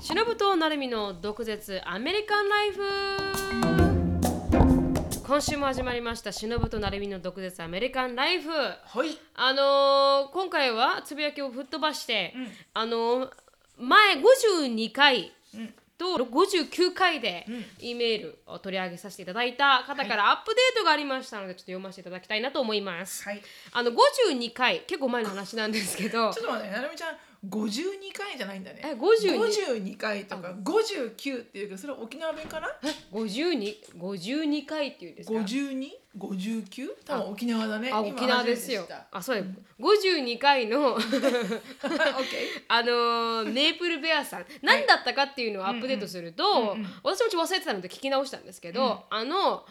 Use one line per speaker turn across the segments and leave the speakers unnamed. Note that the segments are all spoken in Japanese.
しのぶとなるみの毒舌アメリカンライフ今週も始まりましたしのぶとなるみの毒舌アメリカンライフ
はい
あのー今回はつぶやきを吹っ飛ばして、
うん
あのー前52回
うん
と59回で
うん
E メールを取り上げさせていただいた方からアップデートがありましたのでちょっと読ませていただきたいなと思います。
はい
あの52回結構前の話なんですけど
ちょっと待ってなるみちゃん52回じゃないんだね
え52
52回とか59っていうけどそれ沖縄弁かな
52 52回っていうんですか
52?59? 多分沖縄だね
あ
今
沖縄ですよ
初めて
あそうや、52回の
知った オッケー
あのーメープルベアさん何だったかっていうのをアップデートすると、
うんうん
私もちょっと忘れてたので聞き直したんですけど、
うん
あの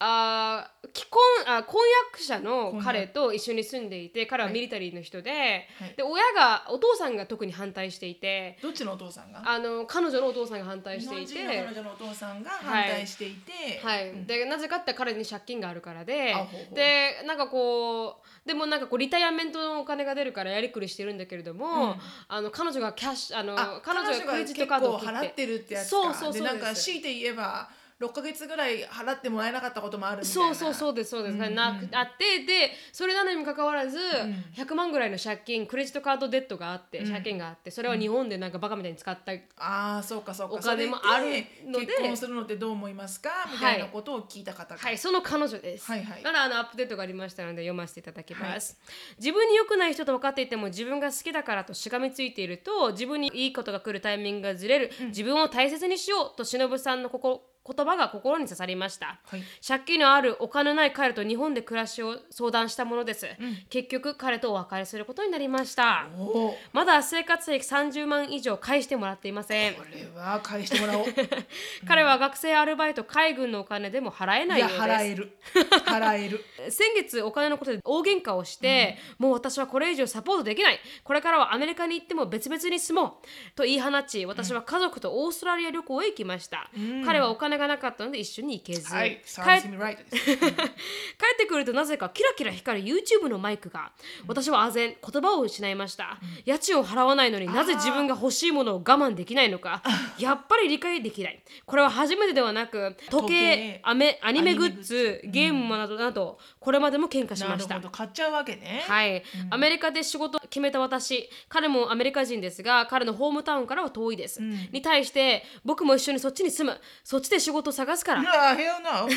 あー既婚あ婚約者の彼と一緒に住んでいて彼はミリタリーの人で,、
はい
で親がお父さんが特に反対していて
どっちのお父さんが
あの彼女のお父さんが反対
日
して
本
いて
人の彼女のお父さんが反対していて、
はい
うん
でなぜかって彼に借金があるからで
あほうほう
でなんかこうでもなんかこうリタイアメントのお金が出るからやりくりしてるんだけれども、
うん
あの彼女がキャッシュあの
あ
彼
彼
女
女
が
が
クレジット
結
カード
構
を切って
払ってるってやつか
そうそうそうです
でなんか強いて言えば6ヶ月ぐらい払ってもらえなかったこともあるみたい
そう
な
そうそううですそうです、
うんうん
なくあってでそれなのにもかかわらず、
ん
100万ぐらいの借金クレジットカードデッドがあって
うん
借金があってそれは日本でなんかバカみたいに使った、
ああそうかそうか
お金もあるので
それ結婚するのってどう思いますかみたいなことを聞いた方が、
はい、その彼女です。
はいはい
ならあのアップデートがありましたので読ませていただきます。自分に良くない人と分かっていても自分が好きだからとしがみついていると自分にいいことが来るタイミングがずれる、自分を大切にしようと忍さんのここ言葉が心に刺さりました。
はい
借金のあるお金のない彼と日本で暮らしを相談したものです、
ん
結局彼とお別れすることになりました
おおー
まだ生活費30万以上返してもらっていません
これは返して もらおう
彼は学生アルバイト海軍のお金でも払えない
い
よう
や
です
払 える払える
先月お金のことで大喧嘩をして、もう私はこれ以上サポートできないこれからはアメリカに行っても別々に住もうと言い放ち私は家族とオーストラリア旅行へ行きました、彼はお金がなかったので一緒に行けず、
はい
帰
サウスミライトです
帰ってくるとなぜかキラキラ光る YouTube のマイクが私はあぜん言葉を失いました家賃を払わないのになぜ自分が欲しいものを我慢できないのかやっぱり理解できないこれは初めてではなく時
時
計
計
アメアニメグッ
アニメ
ズゲームなどなどこれまでも喧嘩し
な
ま
る
し
ほ
た
ど買っちゃうわけね
はい、アメリカで仕事を決めた私彼もアメリカ人ですが彼のホームタウンからは遠いです、
うん
に対して僕も一緒にそっちに住むそっちで仕事を探すから
いや hell no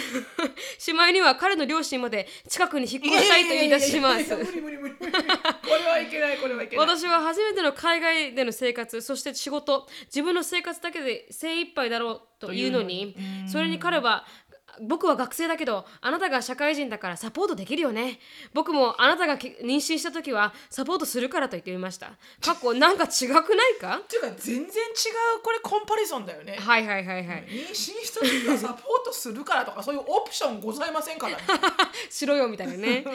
しまいには彼の両親まで近くに引っ越したいと言い出しま
いや
す
いやいや無理無理無理無理これはいけないこれはいけない
私は初めての海外での生活そして仕事自分の生活だけで精一杯だろうというのにそれに彼は僕は学生だけどあなたが社会人だからサポートできるよね僕もあなたがき妊娠した時はサポートするからと言ってみましたかっこなんか違くないか
っていうか全然違うこれコンパリソンだよ ね
はいはいはいはい
妊娠した時はサポートするからとかそういうオプションございませんか らね
しろよみたいな ね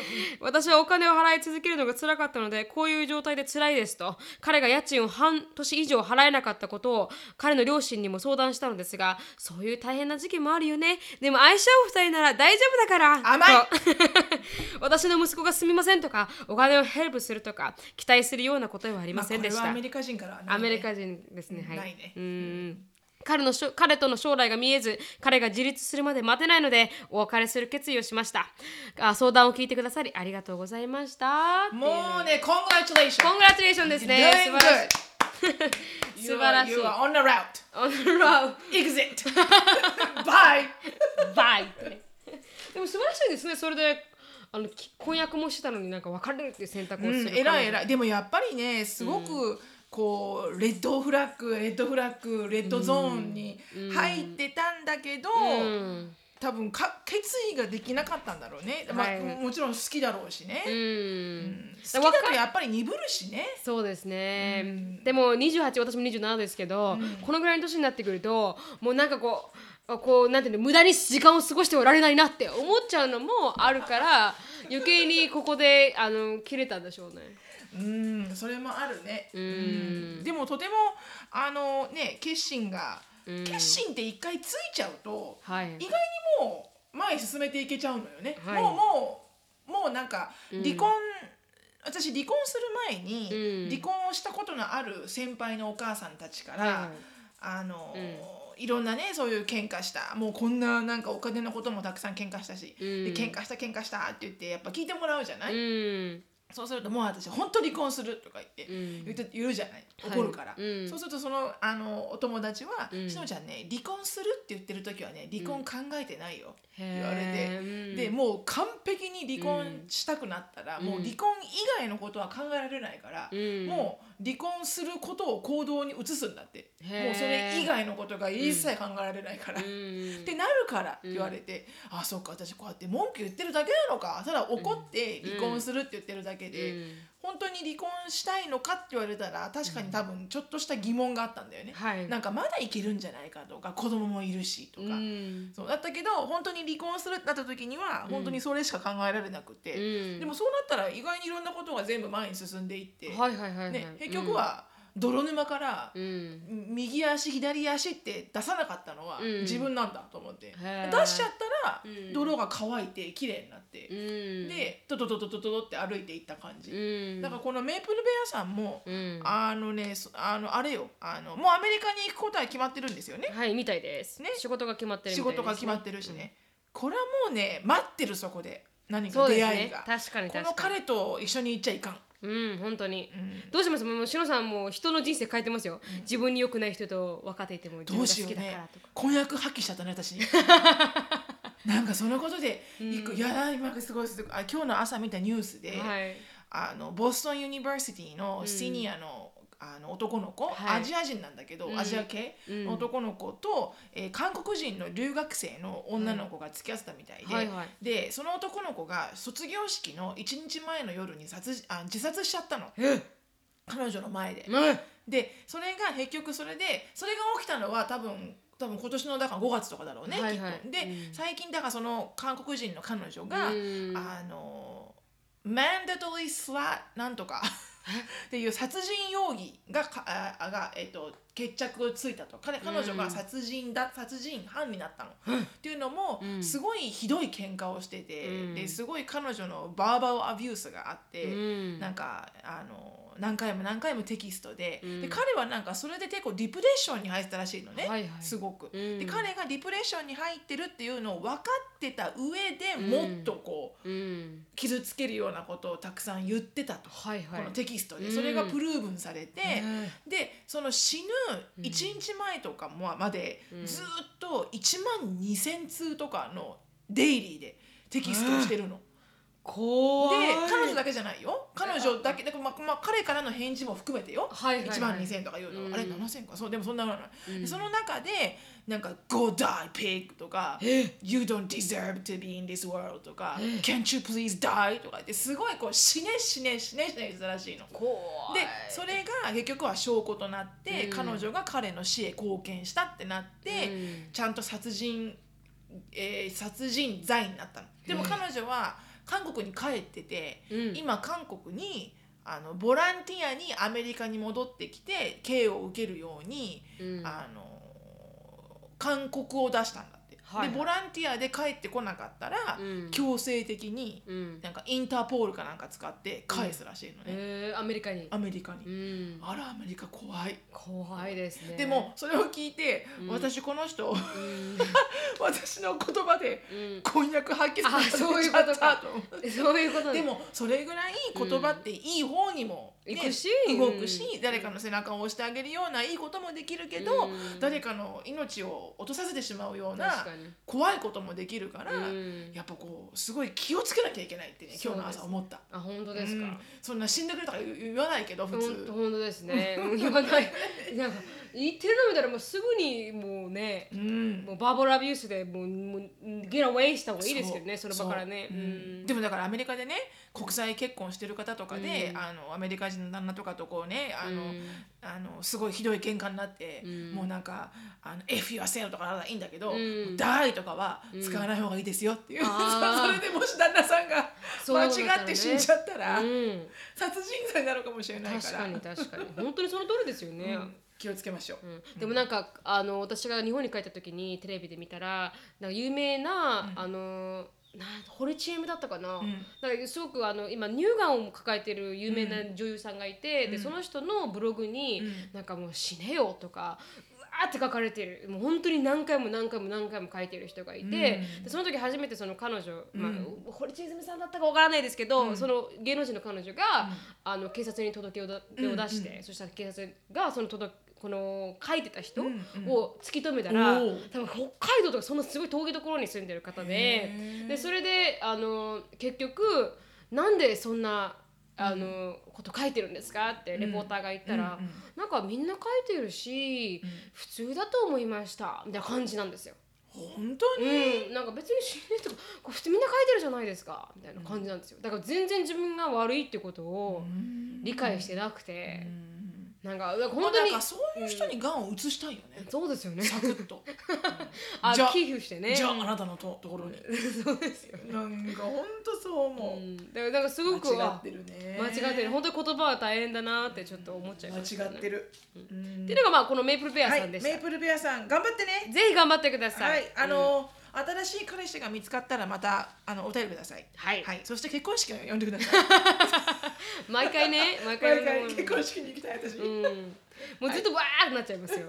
私はお金を払い続けるのが辛かったのでこういう状態で辛いですと彼が家賃を半年以上払えなかったことを彼の両親にも相談したのですがそういう大変な時期もあるよねでも愛し合う二人なら大丈夫だから
甘い
と 私の息子がすみませんとかお金をヘルプするとか期待するようなことはありま
まあこ
せんで
れ
し
は
た、
アメリカ人からはね
アメリカ人ですね。
う
は
ん
い。
ないね
うん。彼のしょ彼との将来が見えず彼が自立するまで待てないのでお別れする決意をしましたあ相談を聞いてくださりありがとうございました
もうねコングラチュレーショ
コ
ン
ングラチュレーションですね素晴らし い素晴らしい
You are on the route
オンザロ
exit bye
ーバイ ってねでも素晴らしいですねそれであのき婚約もしてたのになんか別れるっていう選択をする、
えらいえらいでもやっぱりねすごくこうレッドフラッグレッドフラッグレッドゾーンに入ってたんだけど、
うん
多分か決意ができなかったんだろうね、
はい
まあ、もちろん好きだろうしね、
うん、
好きだとやっぱり鈍るしね
そうですね、
うん
でも28私も27ですけど、このぐらいの年になってくるともうなんかこうこうなんていうの無駄に時間を過ごしておられないなって思っちゃうのもある から余計にここであの切れたんでしょうね。
うんそれもあるね、
うん
うんでもとてもあのね決心が、
うん
決心って一回ついちゃうと、
はい、
意外にもう前に進めていけちゃうのよね、
はい
もうもうもうなんか離婚、私離婚する前に、
うん
離婚をしたことのある先輩のお母さんたちから、
は
あの、いろんなねそういう喧嘩したもうこんななんかお金のこともたくさん喧嘩したし、
うん
で喧嘩した喧嘩したって言ってやっぱ聞いてもらうじゃない、
うん
そうするともう私本当離婚するとか言っ
う
て、
ん
言って言うじゃない
はい
怒るから、
うん
そうするとそのあのお友達は、
うん
しのちゃんね離婚するって言ってる時はね離婚考えてないよ、
言
われてでもう完璧に離婚したくなったら、
うん
もう離婚以外のことは考えられないから、
うん
もう離婚することを行動に移すんだって
へー
もうそれ以外のことが一切考えられないから、
うん
ってなるからって言われて、あそっか私こうやって文句言ってるだけなのかただ怒って離婚するって言ってるだけで、
うん
本当に離婚したいのかって言われたら確かに多分ちょっとした疑問があったんだよね、
はい
なんかまだいけるんじゃないかとか子供もいるしとか、
うん
そうだったけど本当に離婚するってなった時には本当にそれしか考えられなく
う
て、
ん
でもそうなったら意外にいろんなことが全部前に進んでいって、
はいはいはいはい
ね、結局は泥沼から
うんうん
右足左足って出さなかったのは
うん
自分なんだと思って、
へー
出しちゃったら
うん
泥が乾いて綺麗になって、
うん
でトトトトトトトって歩いていった感じ、
うん
だからこのメープルベアさんも、
うん
あのねそあのあれよあのもうアメリカに行くことは決まってるんですよね
はいみたいです
ね
仕事が決まってるみ
仕
たいです
事が決まってるしね、これはもうね待ってるそこで何
そ
か
うで
出
す
会い
ね
が、
確かに
こ
確
の
かに
彼と一緒に行っちゃいかん、
うん本当に
うん
どうしますもうしのさんもう人の人生変えてますよ自分に良くない人と分かっていても自
ど
分
う
が
しよ
好
う
きだか
ね
らとか
婚約破棄しちゃったね 私なんかそのことで一個、いや今すごいすごいあ今日の朝見たニュースで、
はい
あのボストン・ユニバーシティのシニアの,、あの男の子、
はい
アジア人なんだけど、
うん
アジア系
うん
の男の子と、えー韓国人の留学生の女の子が付き合ってたみたいで、
はいはい
でその男の子が卒業式の1日前の夜に殺あ自殺しちゃったの
え
彼女の前で。
うん
でそれが結局それでそれが起きたのは多分多分今年のだから5月とかだろうね、
はいはい
きっと。で、
うん
最近だからその韓国人の彼女が、
うん
あの mandatory slut なんとかっていう殺人容疑がかあが、えっと決着をついたと彼彼女が殺人だ、殺人犯になったの、っていうのも、
うん
すごいひどい喧嘩をしてて、
うん
ですごい彼女のバーバルアビュースがあって、
うん
なんかあの何回も何回もテキストで,、
うん
で彼はなんかそれで結構ディプレッションに入ってたらしいのね、
はいはい
すごく。
うん
で彼がディプレッションに入ってるっていうのを分かってた上で
うん
もっとこう
うん
傷つけるようなことをたくさん言ってたと、
はいはい
このテキスト
う
で
ん
それがプルーブンされて、
ね
でその死ぬ1日前とかもまで
うん
ずーっと1万2,000通とかのデイリーでテキストをしてるの。
怖い
で彼女だけじゃないよ彼女だけで、まあまあ、彼からの返事も含めてよ、
はいはいはい
1万2000とか言うの、
うん
あれ7000かそうでもそんなのない、
うん
その中でなんか「Go die pig」とか「You don't deserve to be in this world」とか「Can't you please die」とかってすごいこう死ね死ね死ね死ね言ってたらしいの。
怖い
でそれが結局は証拠となって、
うん
彼女が彼の死へ貢献したってなって、
うん
ちゃんと殺人、えー殺人罪になったの。でも
へえ
彼女は韓国に帰ってて、
うん
今韓国にあのボランティアにアメリカに戻ってきて刑を受けるように、
うん
あの勧告を出したんだって。
はい
でボランティアで帰ってこなかったら、
うん
強制的に
うん
なんかインターポールかなんか使って返すらしいのね。
えーアメリカに
アメリカに、
うん
あらアメリカ怖い
怖いですね
でもそれを聞いて、
うん
私この人
うん
私の言葉で
うん
婚約破棄され
あそういうことか
と思っ て
そういうことね
でもそれぐらい言葉っていい方にも、
うん行くし
動くし、
うん
誰かの背中を押してあげるようないいこともできるけど、
うん
誰かの命を落とさせてしまうよう
確
な
かに
怖いこともできるから、
うん
やっぱこうすごい気をつけなきゃいけないってね今日の朝思った。
あ本当です
うん
か
そんな死んでくれとか言わないけど普
本当
通。
本当ですねうん言わないなんか言ってるの見たらもうすぐにもうね
うん
もうバーボルアビュースでもうもうゲラウェイした方がいいですけどねそ
そう
の場からね
そううんでもだからアメリカでね国際結婚してる方とかで、
うん
あのアメリカ人の旦那とかとこうねあの、
うん
あのすごいひどい喧嘩になって、
うん
もうなんか「あの F yourself」とかならいいんだけど「
うん
die」とかは使わない方がいいですよっていう、
あー
それでもし旦那さんが
そう
間
だったらね
違って死んじゃったら、
うん
殺人罪になるかもしれないか
確
ら
かに確かに本当にその通りですよね、
うん気をつけましょう。
うんでもなんかあの私が日本に帰った時にテレビで見たらなんか有名な、あのなんホルチエムだったかな,、
ん
なんかすごくあの今乳がんを抱えてる有名な女優さんがいて、でその人のブログに、
うん
なんかもう死ねよとかうわーって書かれてるもう本当に何回も何回も何回も書いてる人がいて、
うん
でその時初めてその彼女、まあ
うん、
堀ちえずみさんだったかわからないですけど、
うん
その芸能人の彼女が、あの警察に届けをだ手を出して、
うんうん
そしたら警察がその届この書いてた人
うんうん
を突き止めたら、
おー
多分北海道とかそんなすごい峠ところに住んでる方で。でそ
れ
れであの結局なんでそんなあの、こと書いてるんですかってレポーターが言ったら、なんかみんな書いてるし、普通だと思いましたみたいな感じなんですよ。
本当に
うん、なんか別に死ぬとかこう普通みんな書いてるじゃないですかみたいな感じなんですよ。だから全然自分が悪いってことを理解してなくて
う、ん
なんかなんか
まあ
本当
な
に
んかそういう人にがんを移したいよね
そうですよね。
サクッと
あ
じゃあ
寄付 してね。
じゃああなたのとところに
そうですよ。
なんか本当そ
う
う思
ん、だからなんかす
う
ごく
間違
あ
ってるね
間違ってる本当に言葉は大変だなってちょっと思っちゃいました、
間違ってるうん
っていうのがまあこのメイプルベア
は
さ
い
ん
メ
でした、
イプルベアさん頑張ってね
ぜひ頑張ってください
はいあの新しい彼氏が見つかったらまたあのお便りください
はい
はいそして結婚式を呼んでく ださい
毎回ね毎回
毎回結婚
式
式に行きたい私
うんもうずっとわーってなっちゃいますよ、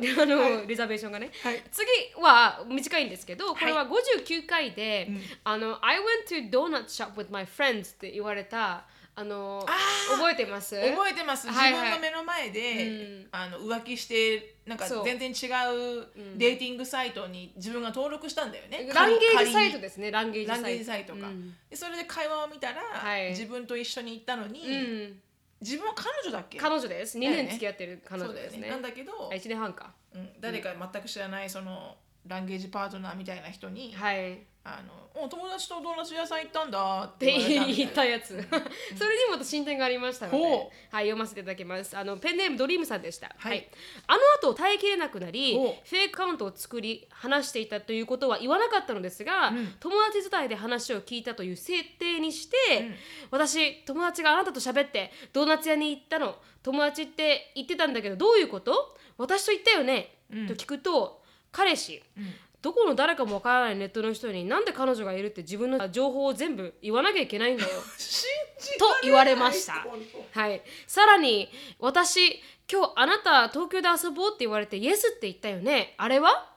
であの、リザベーションがね
はい
次は短いんですけどこ
い
れは59回で、
うん
あの「I went to donut shop with my friends」って言われたあの
あー
覚えてます
覚えてます、
はいはい
自分の目の前で、
うん
あの浮気してなんか
そう
全然違うデーティングサイトに自分が登録したんだよね、
ランゲー
仮
ジ
に
サイトですねランゲージサ
ラ
イ
ン
ト
ゲージサイトか、
うん
でそれで会話を見たら、
はい
自分と一緒に行ったのに、
うん
自分は彼女だっけ
彼女です2
だよね
年付き合ってる彼
そ
女
うだ
で
よ
す
ね
ね
なんだけど、
あ1年半か
うん誰か全く知らないそのランゲージパートナーみたいな人に「
はい
あのお友達とドーナツ屋さん行ったんだ」 っ
って
言われた
て
みたい
言っ
な
たやつそれにまた進展がありましたので、はい
ほ、
読ませていただきますあのペンネームドリームさんでした、
はい
あの後耐えきれなくなり
ほう
フェイクカウントを作り話していたということは言わなかったのですが、
うん
友達伝いで話を聞いたという設定にして、
うん
私友達があなたと喋ってドーナツ屋に行ったの友達って言ってたんだけどどういうこと私と言ったよね、
うん
と聞くと彼氏
うん
どこの誰かもわからないネットの人になんで彼女がいるって自分の情報を全部言わなきゃいけないんだよ
信じ
と言われま した
本当
はいさらに私今日あなた東京で遊ぼうって言われてイエスって言ったよねあれは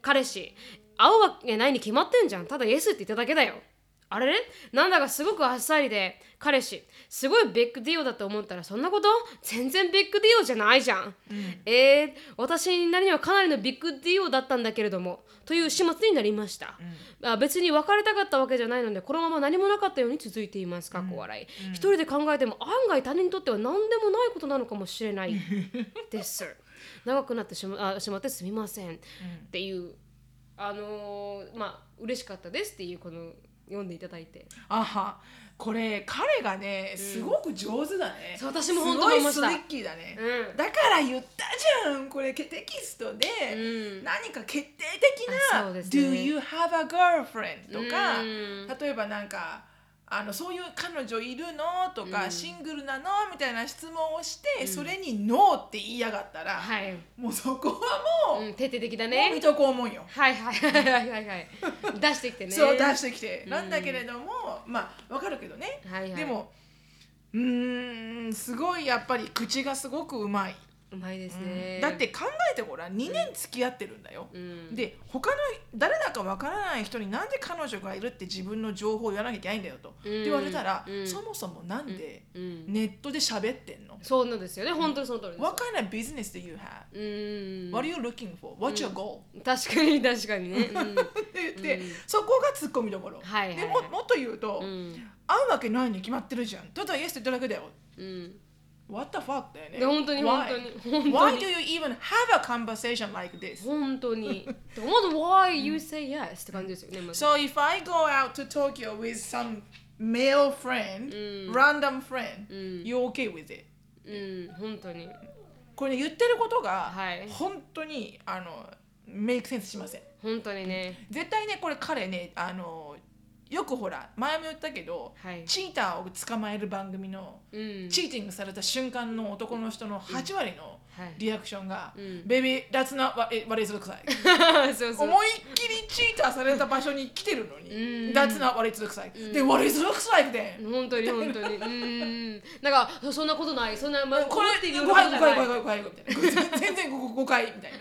彼氏会うわけないに決まってんじゃんただイエスって言っただけだよあれれなんだかすごくあっさりで彼氏すごいビッグディオだと思ったらそんなこと全然ビッグディオじゃないじゃん
うん
えー、私なりにはかなりのビッグディオだったんだけれどもという始末になりました、あ別に別れたかったわけじゃないのでこのまま何もなかったように続いています過去笑い、一人で考えても案外他人にとっては何でもないことなのかもしれないです長くなってしまあしまってすみません、っていうあのーまあ嬉しかったですっていうこの読んでいただいて
あはこれ彼がねすごく上手だね、
そう私も本当に思いまし
す
た
ごいスリッキーだね、
うん
だから言ったじゃんこれテキストで、
うん
何か決定的
あ
な
そう
「
ですね
Do you have a girlfriend?」とか、
うん
例えばなんかあのそういう彼女いるのとか、
うん
シングルなのみたいな質問をして、それに「ノーって言いやがったら、
はい、
もうそこはもう、
うん、徹底的だ
もう見
ね
とこうもんよ。
はいはいはいはいはいはい出してきてね
そう出してきて、なんだけれどもまあわかるけどね、
はいはい
でもうーんすごいやっぱり口がすごくうまい、
うまいです
うん
ね、
だって考えてごらん2年付き合ってるんだよ、
うん、
で他の誰だかわからない人になんで彼女がいるって自分の情報を言わなきゃいけないんだよと、って言われたら、
うん
そもそもなんで
うん、
ネットで喋ってんの、
そうなんですよね、本当にその通りです。
What kind of business do you have?、
うーん。
What are you looking for? What's your goal?、
確かに確かにね。
って言って、
うん
そこがツッコミどころ、
はいはいはい
でももっと言うと、
うん。うん
会うわけないに決まってるじゃんただイエスって言っただけだよ
うん。
What the fuck だよね
で本当に
Why?
本当に
Why do you even have a conversation like this?
本当に。でもまず Why you say yes って感じですよね。まず
So if I go out to Tokyo with some male friend, random friend, you're okay with it.
うん、本当に。
これ、ね、言ってることが、
はい
本当にあのメイクセンスしません。
本当にね。
絶対ねこれ彼ねあのよくほら前も言ったけど、
はい
チーターを捕まえる番組の、
うん。
チーティングされた瞬間の男の人の8割の
はい
リアクションが
うん
「Baby that's not what it, what it looks like
そう」そう
思いっきりチーターされた場所に来てるのに
うん
「That's not what it looks like」
うん
で「What it looks like」で
本当に本当にうんなんかそそんなことないそんなまあ
こ
こ
れ
れっていう
誤
こと
解
じ
誤
ゃ
解
ない
誤解誤解誤解みたいな全然ここ誤解みたい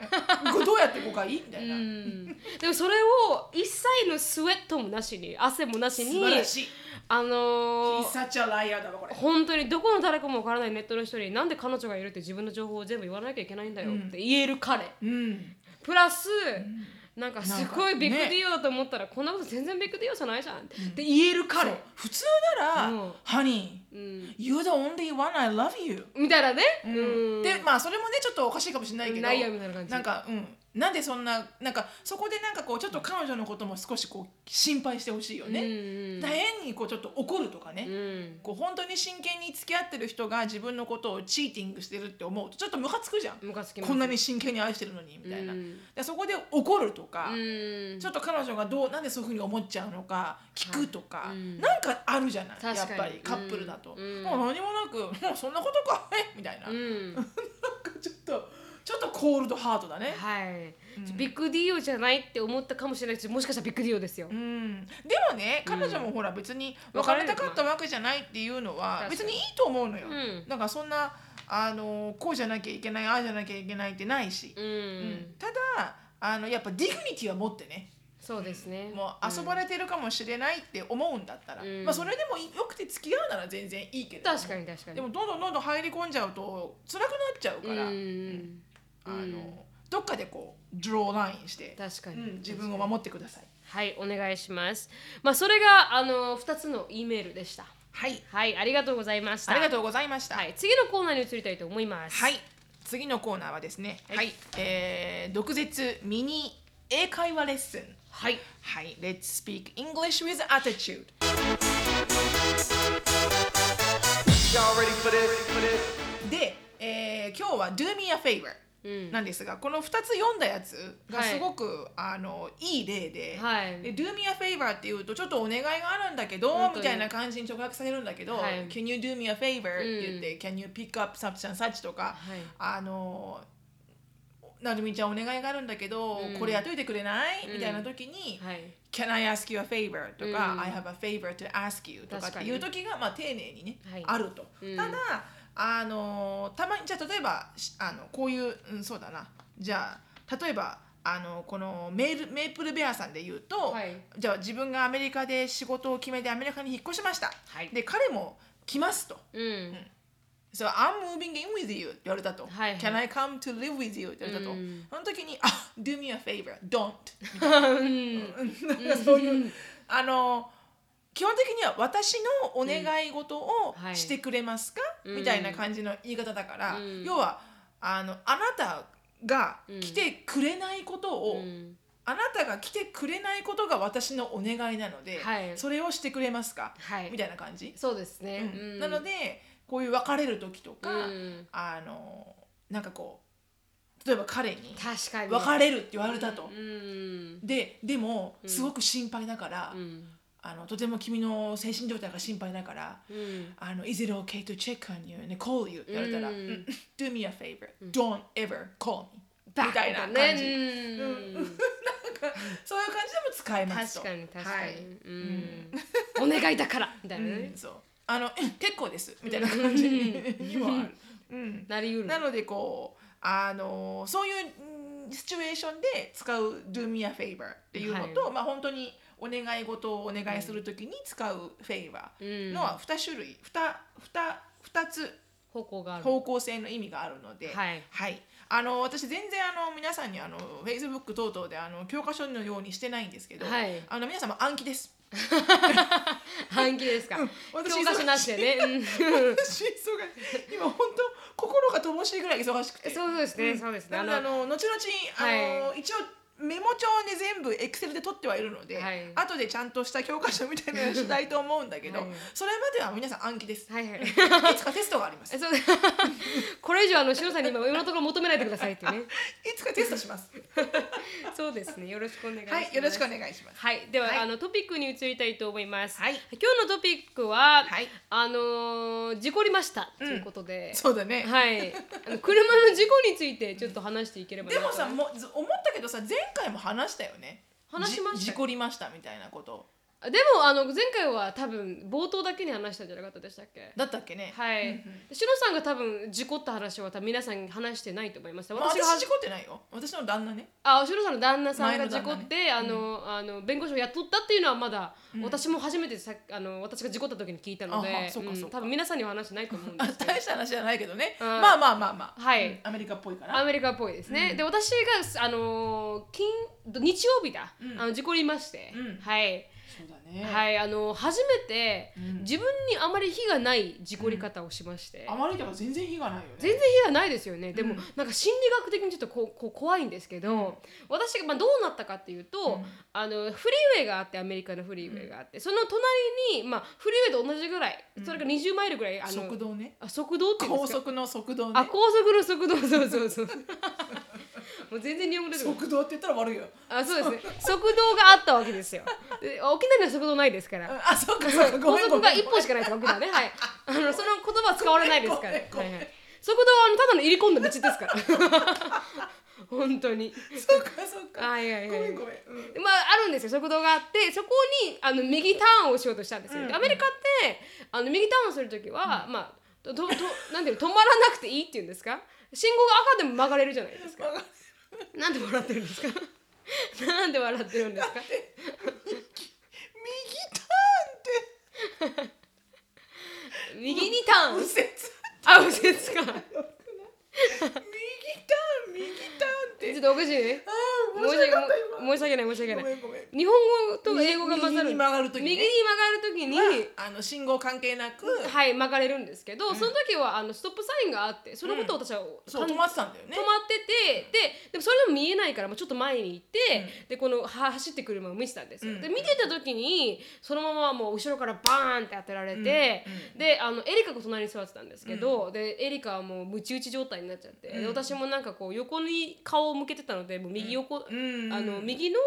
なこれどうやって誤解みた
う
いな、
んでもそれを一切のスウェットもなしに汗もなし
素
に
晴らしい
あのー
He's such a liar だわこれ
本当にどこの誰かもわからないネットの人になんで彼女がいるって自分の情報を全部言わなきゃいけないんだよって言える彼、
うん
プラス、なんかすごいビッグ
なんかね
ディオだと思ったら、こんなこと全然ビッグディオじゃないじゃんって言える彼、
そう普通なら
うん
「Honey
うん
you're the only one I love you
みたいなね、」うん
でまあそれもねちょっとおかしいかもしれないけど
ないよみたいな感じ
なんかうんなんでそんななんかそこでなんかこうちょっと彼女のことも少しこう心配してほしいよ
うん
ね、
うん
だ変にこうちょっと怒るとかね、
うん
こう本当に真剣に付き合ってる人が自分のことをチーティングしてるって思うとちょっとムカつくじゃん
ムカつきます
こんなに真剣に愛してるのにみたいな、
うん
でそこで怒るとか、
うん
ちょっと彼女がどうなんでそういうふうに思っちゃうのか聞くとか、
はいうん
なんかあるじゃないや
確か
っ
に
ぱりカップルだと、
うん
もう何もなくもうそんなことかえみたいな、
う
なん
ん
か ちょっとちょっとコールドハートだね、
はい、
うん
ビッグディオじゃないって思ったかもしれないしもしかしたらビッグディオですよ、
うん、でもね彼女もほら別に
うん
別れたかったわけじゃないっていうのは
別
別
れ
にいいと思うのよ、
うん
なんかそんなあのこうじゃなきゃいけないああじゃなきゃいけないってないし、
うん
うんただあのやっぱディグニティは持ってね
そうですね
もう遊ばれてるかもしれないって思うんだったら、
うん
まあ、それでもよくて付き合うなら全然いいけれども
確かに確かに
でもどんどんどんどん入り込んじゃうと辛くなっちゃう
う
か
ん
ら、
うん
あ
うん
のどっかでこうドローラインして、
確か
う
に、
ん、自分を守ってください。
はいお願いしますまあそれがあの2つの E メールでした
はい
はいありがとうございました
ありがと
う
うございました。
はい、次のコーナーに移りたいと思います
はい、次のコーナーはですね、
は
はいい、えー、毒舌ミニ英会話レッスン。
はい
はい、Let's speak English with attitude。
Y'all ready for this? For this?
で、えー、今日は Do me a favor。
うん
なんですがこの2つ読んだやつが
はい
すごく、い、あのいい例で,、
はい
で「Do me a favor」っていうとちょっとお願いがあるんだけど
本当に
みたいな感じに直訳されるんだけど「
はい
Can you do me a favor?」って言って「Can you pick up such and such?」とか、
はい
あのなるみちゃんお願いがあるんだけど、
うん
これやっといてくれない、
うん
みたいな時に、
はい、
Can I ask you a favor? とか、
うん
I have a favor to ask you とかっていう時が、まあ、丁寧にね、
はい
あると。
うん
ただ、あのたまにじゃあ例えばしあのこういう、うん、そうだなじゃあ例えばあのこのメールメープルベアさんで言うと、
はい
じゃあ自分がアメリカで仕事を決めてアメリカに引っ越しました、
はい
で彼も来ますと。
うん、
So I'm moving in with you って言われたと。
はいはい
Can I come to live with you? って言われたと。
うん
その時に、あ、do me a favor, don't. うんなんかそういう、あの、基本的には私のお願い事を
うんはい
してくれますか、
うん
みたいな感じの言い方だから、
うん
要はあの、あなたが来てくれないことを、
うん
あなたが来てくれないことが私のお願いなので、
はい
それをしてくれますか、
はい
みたいな感じ。
そうですね、
う
うんん
なのでこういう別れる時とか、
うん
あのなんかこう例えば彼に
確か
「
に
別れる」って言われた
う。
と
ん
ででもすごく心配だから、
うん
あのとても君の精神状態が心配だから
うん
「あの Is it okay to check on you and call you?」って言われたら
う
「うんん Do me a favor don't ever call me」
バッ
みたいな感じ、
ねうん
そういう感じでも使えます
確
と。
かに確か
は
に
い、
うん お願いだからみたいなね
うん、そうあのうん結構ですみたいな感じ にはある。うん
なりうる
なのでこうあのそういううんシチュエーションで使う「do me a favor」っていうのと、
は
まあ本当にお願い事をお願いするときに使う「favor
うん」
のは2種類 2, 2, 2つ
方向がある
方向性の意味があるので、
はい
あの私全然あの皆さんにあの Facebook 等々であの教科書のようにしてないんですけど、
はい
あの皆様暗記 です。
半期ですか
私
教科書なしでねうん
私忙しい今本当心が乏しいぐらい忙しくて
そうですね
ん
そうですね
なので
あ
あ
の
の後々あの、一応メモ帳で全部エクセルで取ってはいるので、
はい
後でちゃんとした教科書みたいなのをしたいと思うんだけど、
はい
それまでは皆さん暗記です、
はいはい
いつかテストがあります
え
い
そうこれ以上あのしのさんに今今のところ求めないでくださいっていうね
つかテストします
そうですね。よろしくお願いします。
はい、よろしくお願いします。
はい、では、
はい
あのトピックに移りたいと思います。
はい
今日のトピックは、
はい
あのー事故りましたということで、
そうだね。
はい、あの車の事故についてちょっと話していければな
で
と
もさ、もうず思ったけどさ、前回も話したよね。
話しまし
じ
たよ
事故りましたみたいなこと。
でもあの前回は多分冒頭だけに話したんじゃなかったでしたっけ？
だったっけね。
はい、
うんうん
しのさんが多分事故った話は多分皆さんに話してないと思います。
まあ私
私が
事故ってないよ。私の旦那ね。
あ、しのさんの旦那さんが
前の
事
旦
故
那
っ
ね
て、あの、あの弁護士を雇ったっていうのはまだ、
うん
私も初めてさあの私が事故った時に聞いたの
あは
で、
そうかそうか
多分皆さんには話してないと思うんで
あ
すけど
大。した話じゃないけどね。
うん
まあまあまあまあ。
はい
うんアメリカっぽいか
ア
ら。
メリカっぽいですね。で私があの金日曜日だ、
うん
あの事故りまして、
うん
はい
そうだね。
はいあの初めて、
うん
自分にあまり火がない事故り方をしまして。
あまりだから全然火がないよね。
全然火がないですよねでも、
うん
なんか心理学的にちょっとこうこう怖いんですけど、
うん
私が、まあ、どうなったかっていうと、
うん
あのフリーウェイがあってアメリカのフリーウェイがあって、その隣に、まあ、フリーウェイと同じぐらい、それが20マイルぐらいあの
速道ね。
あ速道っていうんで
高
すか
速の速道
あ
ね。
高速の速道そうそうそうもう全然日本語出てこない
速道って言ったら悪いよ。
あそうですね速道があったわけですよで沖縄には速道ないですから
うんあ、そうかそうか。ご
高
めん
速
ごめ
が
ん。
一本しかないですから、僕らね、 はい。あの、その言葉は使われないですから。は
ご
い
めんごめん
はい。速道はあのただの入り込んだ道ですから。 本当に。
そうかそうか。
はいはい
ご
はい。
めんごめん。うん
まあ、あるんですよ速道があってそこにあの右ターンをしようとしたんですよ、でアメリカってあの右ターンをする時は、まあとととなんていうの止まらなくていいっていうんですか信号が赤でも曲がれるじゃないですか なんで笑ってるんですか なんで笑ってるんですか
右ターンって
右にターン
右折
あ右折か
右ターン右ターンっ
ちょってとおかしいね
ああ
申
面
し
白
訳
かった
申し訳ない申し訳
今
な
ごめ
い
んごめん
日本語と英語が混ざる
右に曲がる時ね
右に曲がる時に
あの信号関係なく
はい曲がれるんですけど、その時はあのストップサインがあってそのことを私は、
そう
か
止
ん
まってたんだよね
止まっててででもそれでも見えないからもうちょっと前に行って、でこのは走ってくる車を見てたんですよ、
うん
で見てた時にそのままもう後ろからバーンって当てられて、であのエリカが隣に座ってたんですけど、でエリカはもうムチ打ち状態になっちゃって、で
うん
私もなんかこう横に顔を向けてたのでもう右横、
うん
あの右の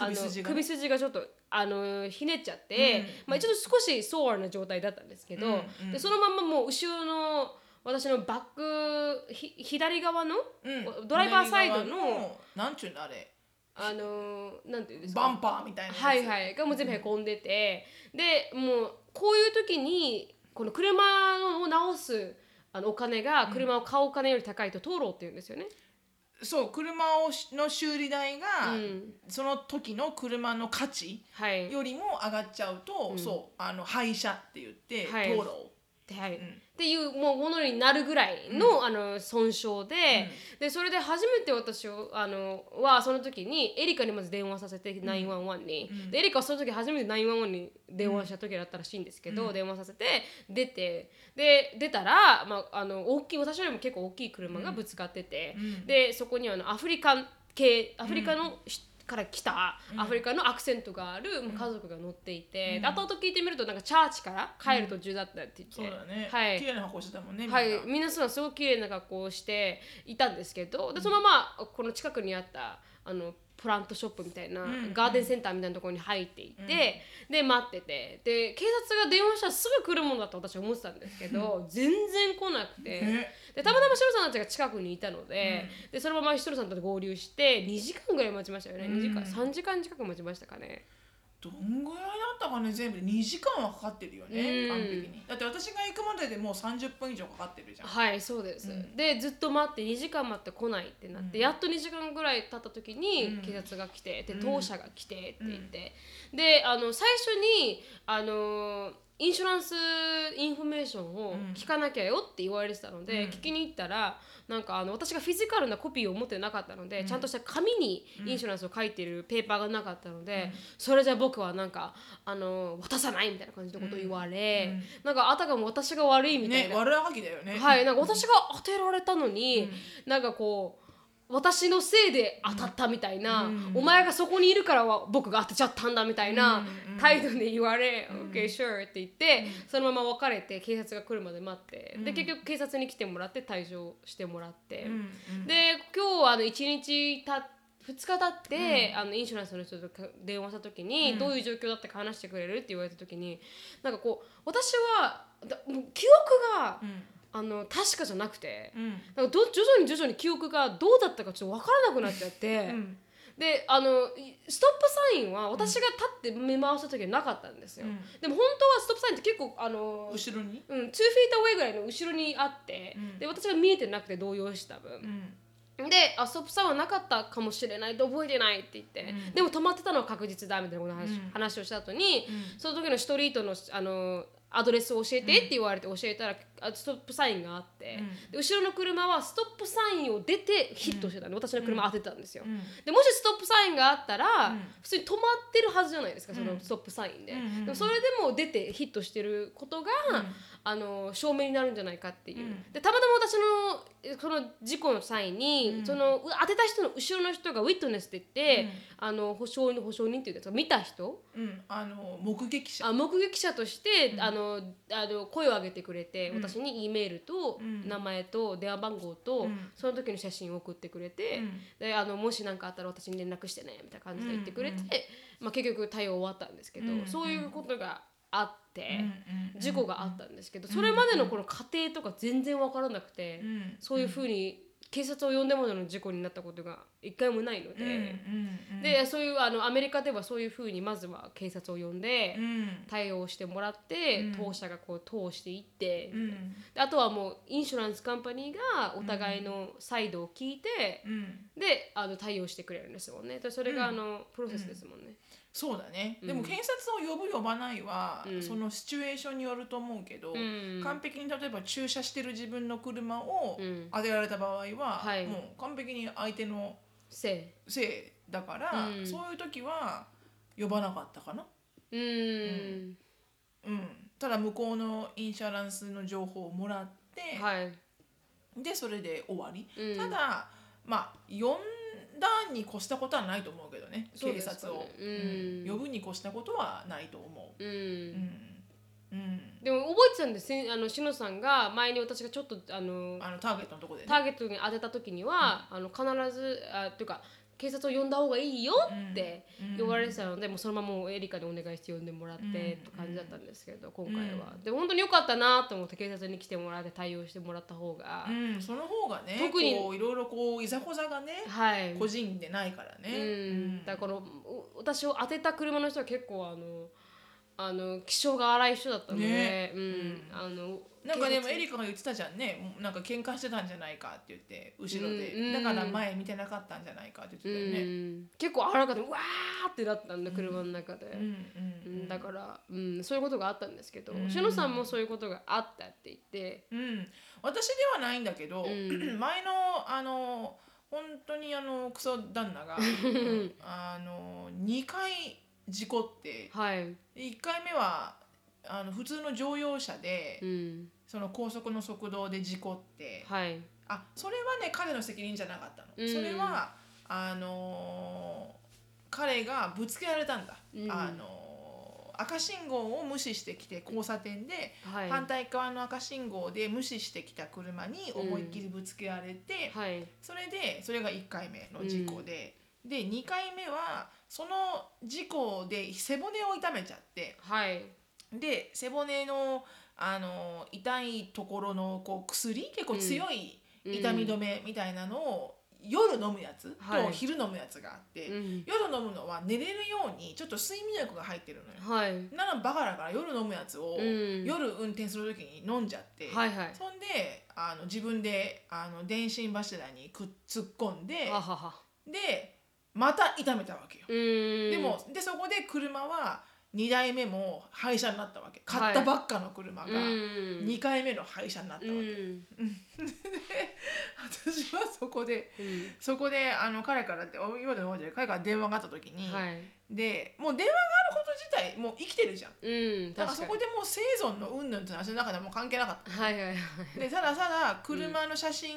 あの
首筋がね
首筋がちょっとあのひねっちゃって、まあ、ちょっと少しソーアな状態だったんですけど、
うんうん
でそのまんまもう後ろの私のバックひ左側の、
うん
ドライバーサイドの
左側なんちゅうんだあれ
あのなんていうんですか
バンパーみたいなやつ
はいはいがもう全部へこんでて、でもうこういう時にこの車を直すあのお金が車を買うお金より高いと通ろうって言うんですよね。
そう車をしの修理代が
うん
その時の車の価値
はい、
よりも上がっちゃうとそうあの廃車って言って
はい
道路
ではい
ん
っていうもうものになるぐらいの,、あの損傷で,、でそれで初めて私をあのはその時にエリカにまず電話させて911に、でエリカはその時初めて911に電話した時だったらしいんですけど、電話させて出てで出たら、まあ、あの大きい私よりも結構大きい車がぶつかってて、でそこにあのアフリカン系アフリカの、しから来たアフリカのアクセントがあるまあ家族が乗っていて、で後々聞いてみるとなんかチャーチから帰る途中だったって言って、
そうだね
はい
綺麗な箱してたもんねみんな
はい、皆さんすごく綺麗な格好をしていたんですけどでそのままこの近くにあったあのプラントショップみたいな、
ん
ガーデンセンターみたいなところに入っていって、で待っててで警察が電話したらすぐ来るもんだと私は思ってたんですけど全然来なくて
ね
でたまたまシロさんたちが近くにいたので,、でそのままシロさんと合流して2時間ぐらい待ちましたよね、2時間3時間近く待ちましたかね。
どんぐらいだったかね全部で2時間はかかってるよ
う
ね
ん
完璧にだって私が行くまででもう30分以上かかってるじゃん
はいそうです、でずっと待って2時間待って来ないってなって、やっと2時間ぐらい経った時に警察が来て、で当社が来てって言って、であの最初にあのインシュランスインフォメーションを聞かなきゃよって言われてたので、聞きに行ったらなんかあの私がフィジカルなコピーを持ってなかったので、ちゃんとした紙にインシュランスを書いてるペーパーがなかったので、それじゃ僕はなんかあの渡さないみたいな感じのことを言われ、なんかあたかも私が悪いみたい
ね
な
悪あはぎだよね
はい、なんか私が当てられたのに、なんかこう私のせいで当たったみたいな、お前がそこにいるからは僕が当てちゃったんだみたいな態度で言われ「OK sure」って言って、そのまま別れて警察が来るまで待って、で結局警察に来てもらって退場してもらって、
うんうん
で今日はあの1日た2 2日経って、
うん
あのインシュランスの人とか電話した時に、
うん
どういう状況だったか話してくれるって言われた時になんかこう私はだもう記憶が、あの確かじゃなくて。
うん
なんかど徐々に徐々に記憶がどうだったかちょっと分からなくなっちゃって、
うん
であのいストップサインは私が立って目回した時はなかったんですよ、
うん
でも本当はストップサインって結構あの
後ろに、
うん、2フィートウェイぐらいの後ろにあって、
うん
で私が見えてなくて動揺した分、であストップサインはなかったかもしれないと覚えてないって言って、
うん
でも止まってたのは確実だみたいな話,、
うん
話をした後に、
うん
その時のストリートのあのアドレスを教えてって言われて教えたら、あストップサインがあって、
うん
で後ろの車はストップサインを出てヒットしてたんで、私の車当てたんですよ、
うん
でもしストップサインがあったら、
うん
普通に止まってるはずじゃないですかその
うん
ストップサインで,、
うんうんうん
でもそれでも出てヒットしてることが、
うん
あの証明になるんじゃないかっていう、
うん
でたまたま私のえこの事故の際に、
うん
そのう当てた人の後ろの人がウィットネスって言って、
うん
あの保証人保証人っていうんですか見た人
うん、あの目撃者
あ目撃者として、
うん
あのあの声を上げてくれて、
うん
私に E メールと、
うん
名前と電話番号と、
うん
その時の写真を送ってくれて、
うん
であのもし何かあったら私に連絡してねみたいな感じで言ってくれて、
うんうん
まあ、結局対応終わったんですけど、
うんうん
そういうことがあって。事故があった
うん
ですけど、
うん
それまでのこの過程とか全然分からなくて、
んうん、
そういうふうに警察を呼んでまでの事故になったことが一回もないの
うんうん
で、
うん、
でそういうあのアメリカではそういうふうにまずは警察を呼んで、
うん
対応してもらって、
うん
当社がこう通していって、
うん
であとはもうインシュランスカンパニーがお互いのサイドを聞いて、
うん、
であの対応してくれるんですもんねでそれがあ
うん
のプロセスですもんね。
そうだね、
うん
でも検察を呼ぶ呼ばないは、
うん
そのシチュエーションによると思うけ
う
ど、
ん
完璧に例えば駐車してる自分の車を
うん
当てられた場合は、
はい
もう完璧に相手の
せ
せいだから、
うん
そういう時は呼ばなかったかな、
いうん、
うん、ただ向こうのインシャランスの情報をもらって、
はい、
でそれで終わり、
うん
ただまあ呼んだに越したことはないと思うけどね
そう
警
ですか
察
ね
を、
うん
呼ぶに越したことはないと思
う
う。
ん
うんうん
でも覚えてたんですせんあのしのさんが前に私がちょっとあの
あのターゲットのとこでね
ターゲットに当てた時には、あの必ずあというか警察を呼んだ方がいいよって
うん
言われてたので、もうそのままもうエリカにお願いして呼んでもらって、
う
っ
ん
て感じだったんですけど今回は、でも本当に良かったなと思って警察に来てもらって対応してもらった方が、
うん、その方がね
特に
こういろいろこういざこざがね
はい、
個人でないからね、
うん、だかららこのお私を当てた車の人は結構あのあの気性が荒い人だったので、
ね
うん
うん
あの
なんかでも
警察
エリカが言ってたじゃんねもうなんか喧嘩してたんじゃないかって言って後ろで、
うんうん
だから前見てなかったんじゃないかって言ってた
う
よね、
ん、結構荒かったうわーってなったんで車の中で、
うん
う
うんんうん、
だから、うん、そういうことがあったんですけど、
うん
しのさんもそういうことがあったって言って、
うん、私ではないんだけど、
うん
前のあの本当にあのクソ旦那 がうんあの2回事故って
はい、
1回目はあの普通の乗用車で、
うん、
その高速の速道で事故って、
はい、
あそれはね彼の責任じゃなかったの、
うん
それはあのー彼がぶつけられたんだ、
うん
あのー赤信号を無視してきて交差点で
はい、
反対側の赤信号で無視してきた車に思いっきりぶつけられて、
はい、
それでそれが1回目の事故で、で2回目はその事故で背骨を痛めちゃって
はい、
で背骨のあの痛いところのこう薬結構強い
うん
痛み止めみたいなのを夜飲むやつ
はい
と昼飲むやつがあって、
うん、
夜飲むのは寝れるようにちょっと睡眠薬が入ってるのよ。
はい、
ならバカだから夜飲むやつを、
うん
夜運転する時に飲んじゃって、
はい、はい、
そんであの自分であの電信柱にくっ突っ込んで
ははは、
でまた痛めたわけよ、
うん、
でもでそこで車は2台目も廃車になったわけ買ったばっかの車が
うん、
2回目の廃車になった
う
わけ、
ん、
私はそこで
うん、
そこであの彼からってお今でも覚えてる彼から電話があった時に、
はい、
でもう電話があること自体もう生きてるじゃん
うん、
だからそこ
で、
でもう生存の云々って話の中ではもう関係なかっ
はい、はい、はい、
たでただただ車の写真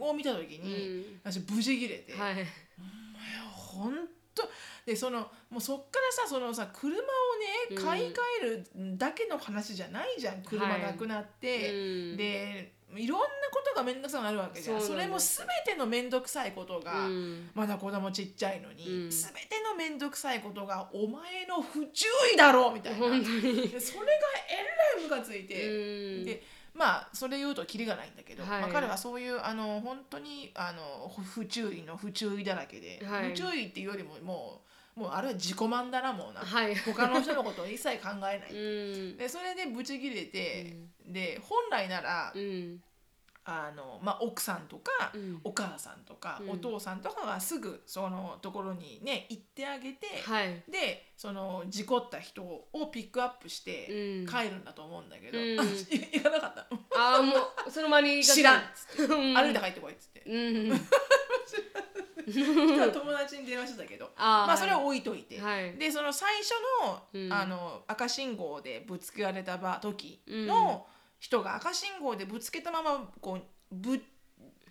を見た時
う
に、
ん、
私無事切れて、
はい、
ほんとでそのもうそっからさそのさ車を
うん
ね買い替えるだけの話じゃないじゃん、車なくなって、
うん
でいろんなことが面倒くさくなるわけじゃん
そ
そう
な
れ
ん
も
です
全ての面倒くさいことが、
うん
まだ子供ちっちゃいのに、
うん
全ての面倒くさいことがお前の不注意だろみたいな
本当に
でそれがえらいムカついて、
うん
でまあそれ言うとキリがないんだけど、
はい
まあ、彼はそういうあの本当にあの不不注意の不注意だらけで、
はい
不注意っていうよりももうもうあれは自己満だなもうな、
はい
他の人のことを一切考えない。
うん
でそれでブチ切れて、で本来なら、
うん
あのまあ、奥さんとか、
うん
お母さんとか、
うん
お父さんとかがすぐそのところにね行ってあげて、
はい
でその事故った人をピックアップして
うん
帰るんだと思うんだけど、
うん
行かなかった
ああもうその間に
知らんっつって
うん
歩いて帰ってこいっつって、
うん
そしたら友達に電話してたけど
あー
まあそれを置いといて、
はい
でその最初の,、
うん
あの赤信号でぶつけられた場時の人が赤信号でぶつけたままこうぶ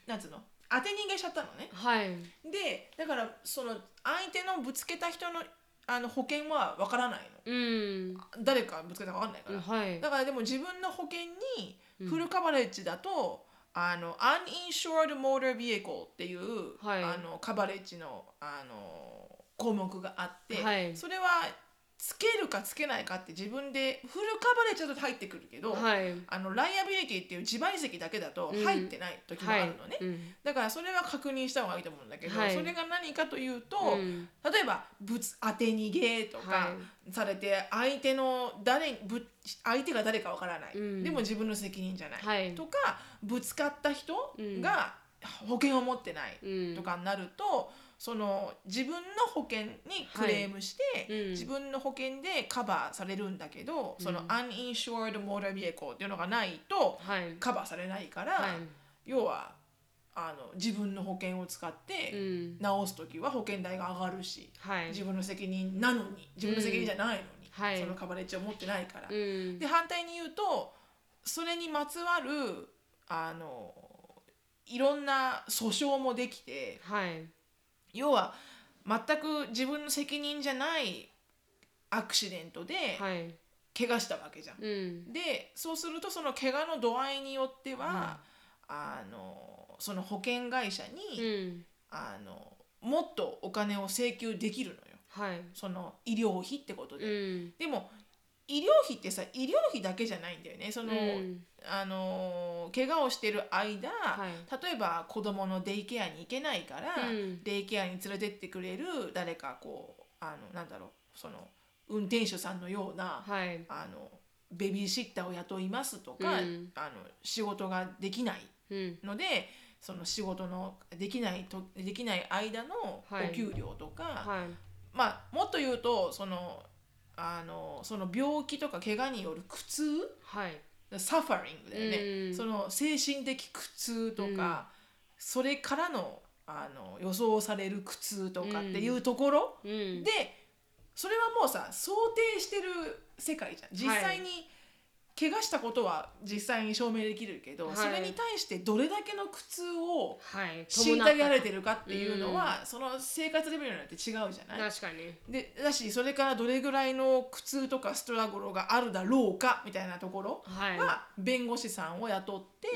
なんつうの当て逃げしちゃったのね。
はい
でだからその相手のぶつけた人のあの保険はわからない
うん
の誰かぶつけたかわかんないから、
はい
だからでも自分の保険に
うん
フルカバレッジだと、あの Uninsured Motor Vehicle っていう、
はい
あのカバレッジのあの項目があって、
はい
それはつけるかつけないかって自分でフルカバレッジだと入ってくるけど、
はい
あのライアビリティっていう自賠責だけだと入ってない時もあ
は
る
い
のね。
うん
だからそれは確認した方がいいと思うんだけど、
はい
それが何かというと、
うん
例えばぶつ当て逃げと
は
かされて、相手の誰にぶ相手が誰かわからない、
うん
でも自分の責任じゃない、
はい
とかぶつかった人
うん
が保険を持ってない
うん
とかになると、その自分の保険にクレームして、
はいうん
自分の保険でカバーされるんだけど、その uninsured motor vehicle っていうのがないと
はい
カバーされないから。
はい
要はあの自分の保険を使っ
う
て
ん
直す時は保険代が上がるし、
はい
自分の責任なのに自分の責任じゃないのに、
はい
そのカバレッジを持ってないから。
うん
で反対に言うとそれにまつわるあのいろんな訴訟もできて
はい
要は全く自分の責任じゃないアクシデントで
はい
怪我したわけじゃん。
うん
でそうするとその怪我の度合いによっては、あのその保険会社
う
に、
ん
あのもっとお金を請求できるのよ
はい
その医療費ってことで。
うん
でも医療費ってさ医療費だけじゃないんだよねその、
うん
あの怪我をしてる間、
い
例えば子供のデイケアに行けないから、
うん
デイケアに連れてってくれる誰かこうあのなんだろうその運転手さんのような、
はい
あのベビーシッターを雇いますとか、
うん
あの仕事ができない
うん
のでその仕事のできないとできない間の
はい
お給料とか、
はい
まあもっと言うとそのあのその病気とか怪我による苦痛
はい
サファリングだよね、
うん
その精神的苦痛とか、それからのあの予想される苦痛とかっていうところ、
うん
でそれはもうさ想定してる世界じゃん実際に怪我したことは実際に証明できるけど、
はい
それに対してどれだけの苦痛を
はい
虐げられ
て
てるかっていうのは、その生活レベルによって違うじゃない
確かに
でだしそれからどれぐらいの苦痛とかストラゴルがあるだろうかみたいなところ
はい
は弁護士さんを雇って、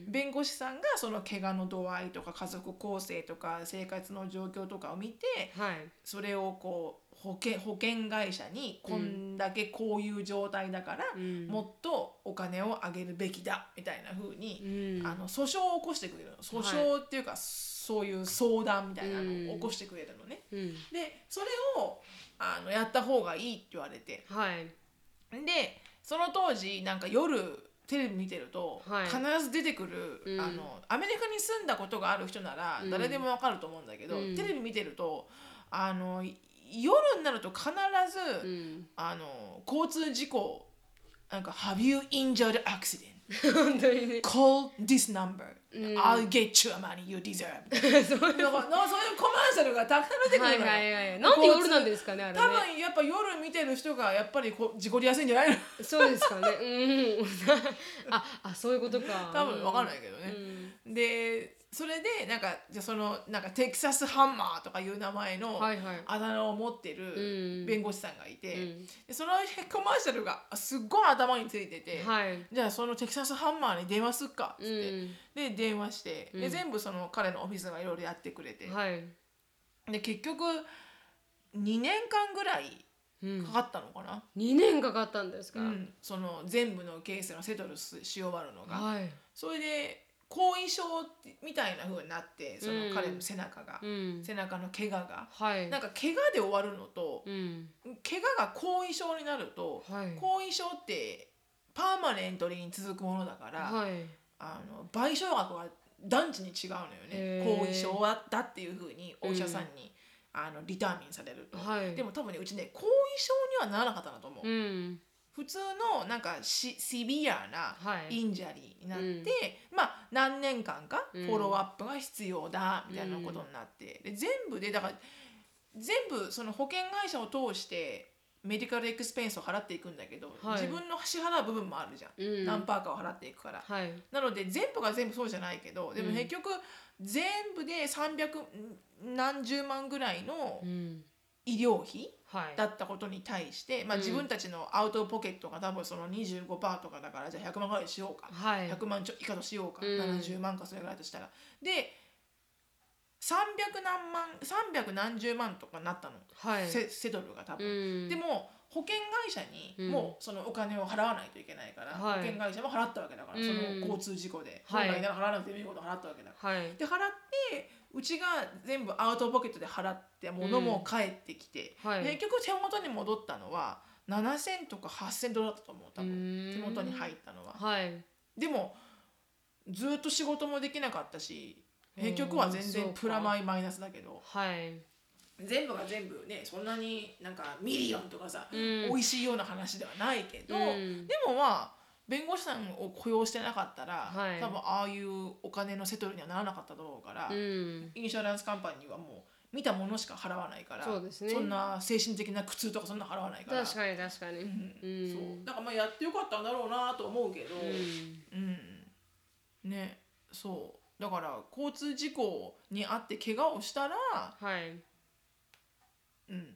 うん
弁護士さんがその怪我の度合いとか家族構成とか生活の状況とかを見て、
はい
それをこう保険保険会社にこんだけこういう状態だから、
うん
もっとお金を上げるべきだみたいな風
う
に、
ん
あの訴訟を起こしてくれるの訴訟っていうか、そういう相談みたいなのを起こしてくれるのね。
うん
でそれをあのやった方がいいって言われて
はい
でその当時なんか夜テレビ見てると、
はい
必ず出てくる、
うん
あのアメリカに住んだことがある人なら
うん
誰でもわかると思うんだけど、
うん
テレビ見てるとあのい夜になると必ず、
うん
あの交通事故なんか「Have you injured accident?
本当にね
Call this number、
うん
I'll get you a money you deserve」そ ういうのそういうコマーシャルがたくさん出てく
は
る
い
のよ。
はいはいなんで夜なんですかねあれね
多分やっぱ夜見てる人がやっぱりこう事故りやすいんじゃないの
そうです かね。うん。あ、あ、そういうことか。
多分わかん
い。
ないけどね。
うん
でそれでなんかじゃあそのなんかテキサスハンマーとかいう名前の
はいはい
あだ名を持ってる
うん
弁護士さんがいて、
うん
でそのコマーシャルがすっごい頭についてて、
はい
じゃあそのテキサスハンマーに電話すっかっつって、
うん
で電話して、
う
で
ん
全部その彼のオフィスがいろいろやってくれて、
はい
で結局2年間ぐらい
うん
かかったのかな、
二年かかったんですか
うんその全部のケースがセトルしし終わるのが、
はい
それで後遺症みたいな風になってその彼
う
の
ん
背中が、
うん
背中の怪我が、
はい
なんか怪我で終わるのと、
うん
怪我が後遺症になると、
はい
後遺症ってパーマネントに続くものだから、
はい
あの賠償額は断じに違うのよ
へ
ね
ー
後遺症はだっていうふうにお医者さんに、あのリターミンされると、
はい
でも多分ねうちね後遺症にはならなかったなと思う、
うん
普通のなんかシシビアな
はい
インジャリーになって、まあ何年間かフ
うん
ォローアップが必要だみたいなことになって、で全部でだから全部その保険会社を通してメディカルエクスペンスを払っていくんだけど、
はい
自分の支払う部分もあるじゃん、
うん
何パーかを払っていくから、
はい
なので全部が全部そうじゃないけどでも
うん
結局全部で300ん何十万ぐらいの
うん
医療費
はい
だったことに対して、まあ、
うん
自分たちのアウトポケットが多分その25%とかだからじゃあ100万ぐらいしようか
はい
100万ちょ以下としようか、
うん
70万かそれぐらいとしたらで300何万300何十万とかなったの、
はい
セセドルが多分。
うん
でも保険会社に
うん
もうそのお金を払わないといけないから、
はい
保険会社も払ったわけだから、
うん
その交通事故で、
はい
本来なら払わなくてもいいことを払ったわけだから。
はい
で払ってうちが全部アウトポケットで払って物も返ってきて、
はい
で結局手元に戻ったのは7,000とか8,000ドルだったと思う多
う
分
ーん
手元に入ったのは。
はい
でもずっと仕事もできなかったし
うん
結局は全
そう
然
か
プラマイマイナスだけど
はい
全部が全部ねそんなになんかミリオンとかさ、
うん
美味しいような話ではないけど、
うん
でもまあ弁護士さんを雇用してなかったら、
はい
多分ああいうお金のセトルにはならなかっただろうから、
うん
インシャランスカンパニーはもう見たものしか払わないから
そうですね
んな精神的な苦痛とかそんな払わないから
確かに確かに
うん
うん
そうだからまあやってよかったんだろうなと思うけど、
うん
うんねそうだから交通事故に遭って怪我をしたら、
はい
うん、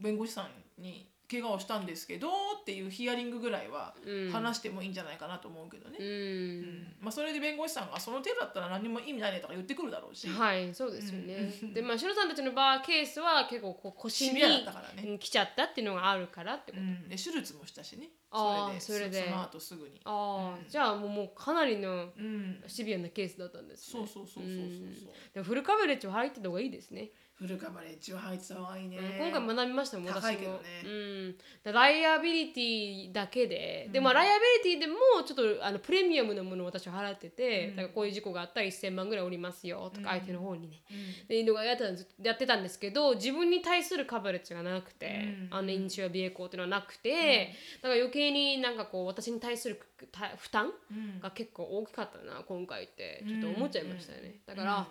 弁護士さんに「怪我をしたんですけど」っていうヒアリングぐらいは
うん
話してもいいんじゃないかなと思うけどね、
う
うんんまあ、それで弁護士さんが「その程度だったら何も意味ないね」とか言ってくるだろうし、
はいそうですよね
うんうん
でまあシロさんたちの場合ケースは結構こう腰
シ
に
ビアだったからね、
うん来ちゃったっていうのがあるからってこ
う
と
ん、で手術もしたしね
あー
そ
そ
れで
れで
その後すぐに、
あ
う
あ
ん
じゃあもうもうかなりの
うん、
シビアなケースだったんです
そう
ね
そうそうそうそうそう
でもフルカバレッジを入ってた方がいいですね
フルカバレッジは入ってた方がいいね、
うん今回学びましたもん
高いけどね
私もうんだライアビリティだけで、でまあライアビリティでもちょっとあのプレミアムなものを私は払ってて、
うん
だからこういう事故があったら1000万ぐらいおりますよとか相手の方にね、
うん
でいうのがやってたんですやってたんですけど自分に対するカバレッジがなくて、
うん
あのインチュア美栄光っていうのはなくて、だから余計になんかこう私に対するた負担
うん
が結構大きかったな今回ってちょっと思っちゃいましたよね、だから、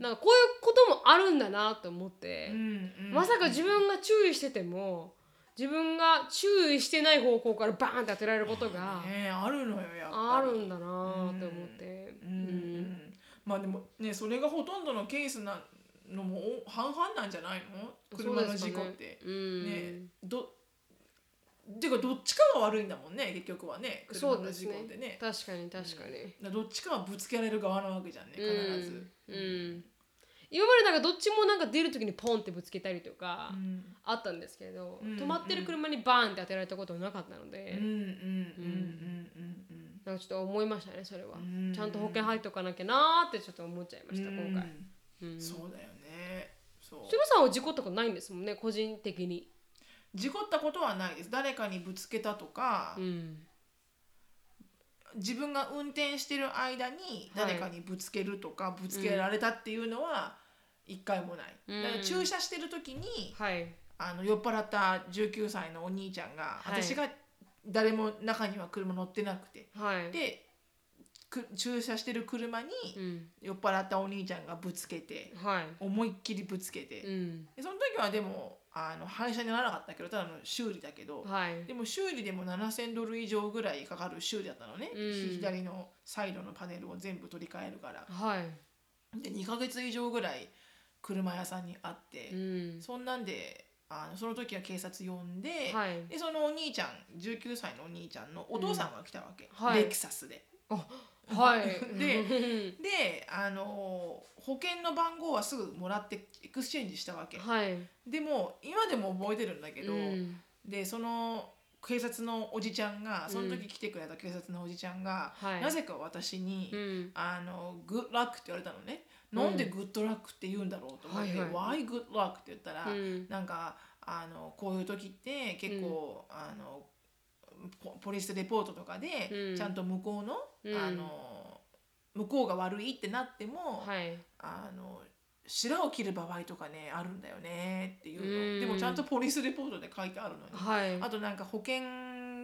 う
なんかこういうこともあるんだなと思って、
んうんうん
まさか自分が注意してても自分が注意してない方向からバーンって当てられることが
ねあるのよやっ
あ
ぱり
るんだなと思って、
うんうんまあでもねそれがほとんどのケースなのもお半々なんじゃないの車の事故って、
そうですかねうん
ねどていうかどっちかが悪いんだもんね結局はね
そう
車の
で
事
す
故
ね
ってね
確かに確かに、
だからどっちかはぶつけられる側なわけじゃんね必ず、
うんうん今までなんかどっちもなんか出る時にポンってぶつけたりとか、
うん
あったんですけど、
うん
止まってる車にバーンって当てられたことはなかったので、
うんうんうんうんうん
なんかちょっと思いましたねそれは、
うん
ちゃんと保険入っとかなきゃなーってちょっと思っちゃいました、今回、
う
うんん
そうだよねそう
シロさんは事故ったことないんですもんね個人的に
事故ったことはないです誰かにぶつけたとか、
うん
自分が運転してる間に誰かにぶつけるとか、ぶつけられたっていうのは一回もない、
うん
だから駐車してる時に
はい
あの酔っ払った19歳のお兄ちゃんが、
はい
私が誰も中には車乗ってなくて
はい
でく駐車してる車に
うん
酔っ払ったお兄ちゃんがぶつけて
はい
思いっきりぶつけて、
うん
でその時はでもあの廃車にならなかったけどただの修理だけど、
はい
でも修理でも7,000ドル以上ぐらいかかる修理だったのね、
うん
左のサイドのパネルを全部取り替えるから
はい
で2ヶ月以上ぐらい車屋さんに会って、
うん
そんなんであのその時は警察呼んで、
はい
でそのお兄ちゃん19歳のお兄ちゃんのお父さんが来たわけ、
うんはい
レクサスで。
はい
で
うん
であの保険の番号はすぐもらってエクスチェンジしたわけ、
はい
でも今でも覚えてるんだけど、
うん
でその警察のおじちゃんがその時来てくれた警察のおじちゃんが、
はい
なぜか私に、
うん
あの「グッドラック」って言われたのね、
うん
なんでグッドラックって言うんだろうと思って「
はい
Why good luck」って言ったら、
うん
なんかあのこういう時って結構、あのポポリスレポートとかで、
うん
ちゃんと向こうの,、
うん
あの向こうが悪いってなっても、
はい
あの白を切る場合とかねあるんだよねっていうの、
うん
でもちゃんとポリスレポートで書いてあるのに、
はい
あとなんか保険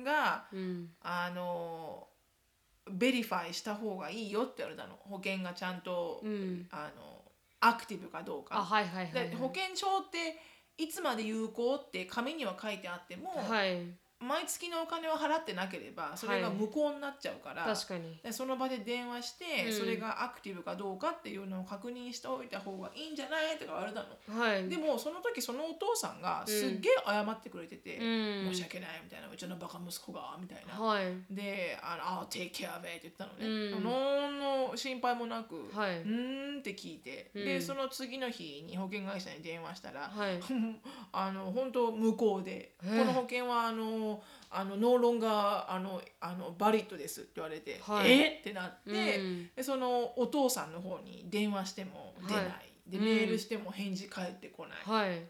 が
うん
あのベリファイした方がいいよって言われたの保険がちゃんと、
うん
あのアクティブかどうか。
あはいはいはい
で保険証っていつまで有効って紙には書いてあっても、
はい
毎月のお金を払ってなければそれが無効になっちゃうから、
確かに
でその場で電話して、
うん
それがアクティブかどうかっていうのを確認しておいた方がいいんじゃないとか言われたの。
はい
でもその時そのお父さんが
うん
すっげえ謝ってくれてて
うん
「申し訳ない」みたいな「うちのバカ息子が」みたいな。
はい
で「あの I'll take care of it」って言ったのね。
うん
何の心配もなく、
は
う
い
ーんって聞いて、
うん
でその次の日に保険会社に電話したら、
はい
あの本当無効で、
え
この保険はあのあのノーロンがあのあのバリットですって言われて、
はい
えってなって、
うん
でそのお父さんの方に電話しても出ない、
は
で
うん
メールしても返事返ってこない、
はい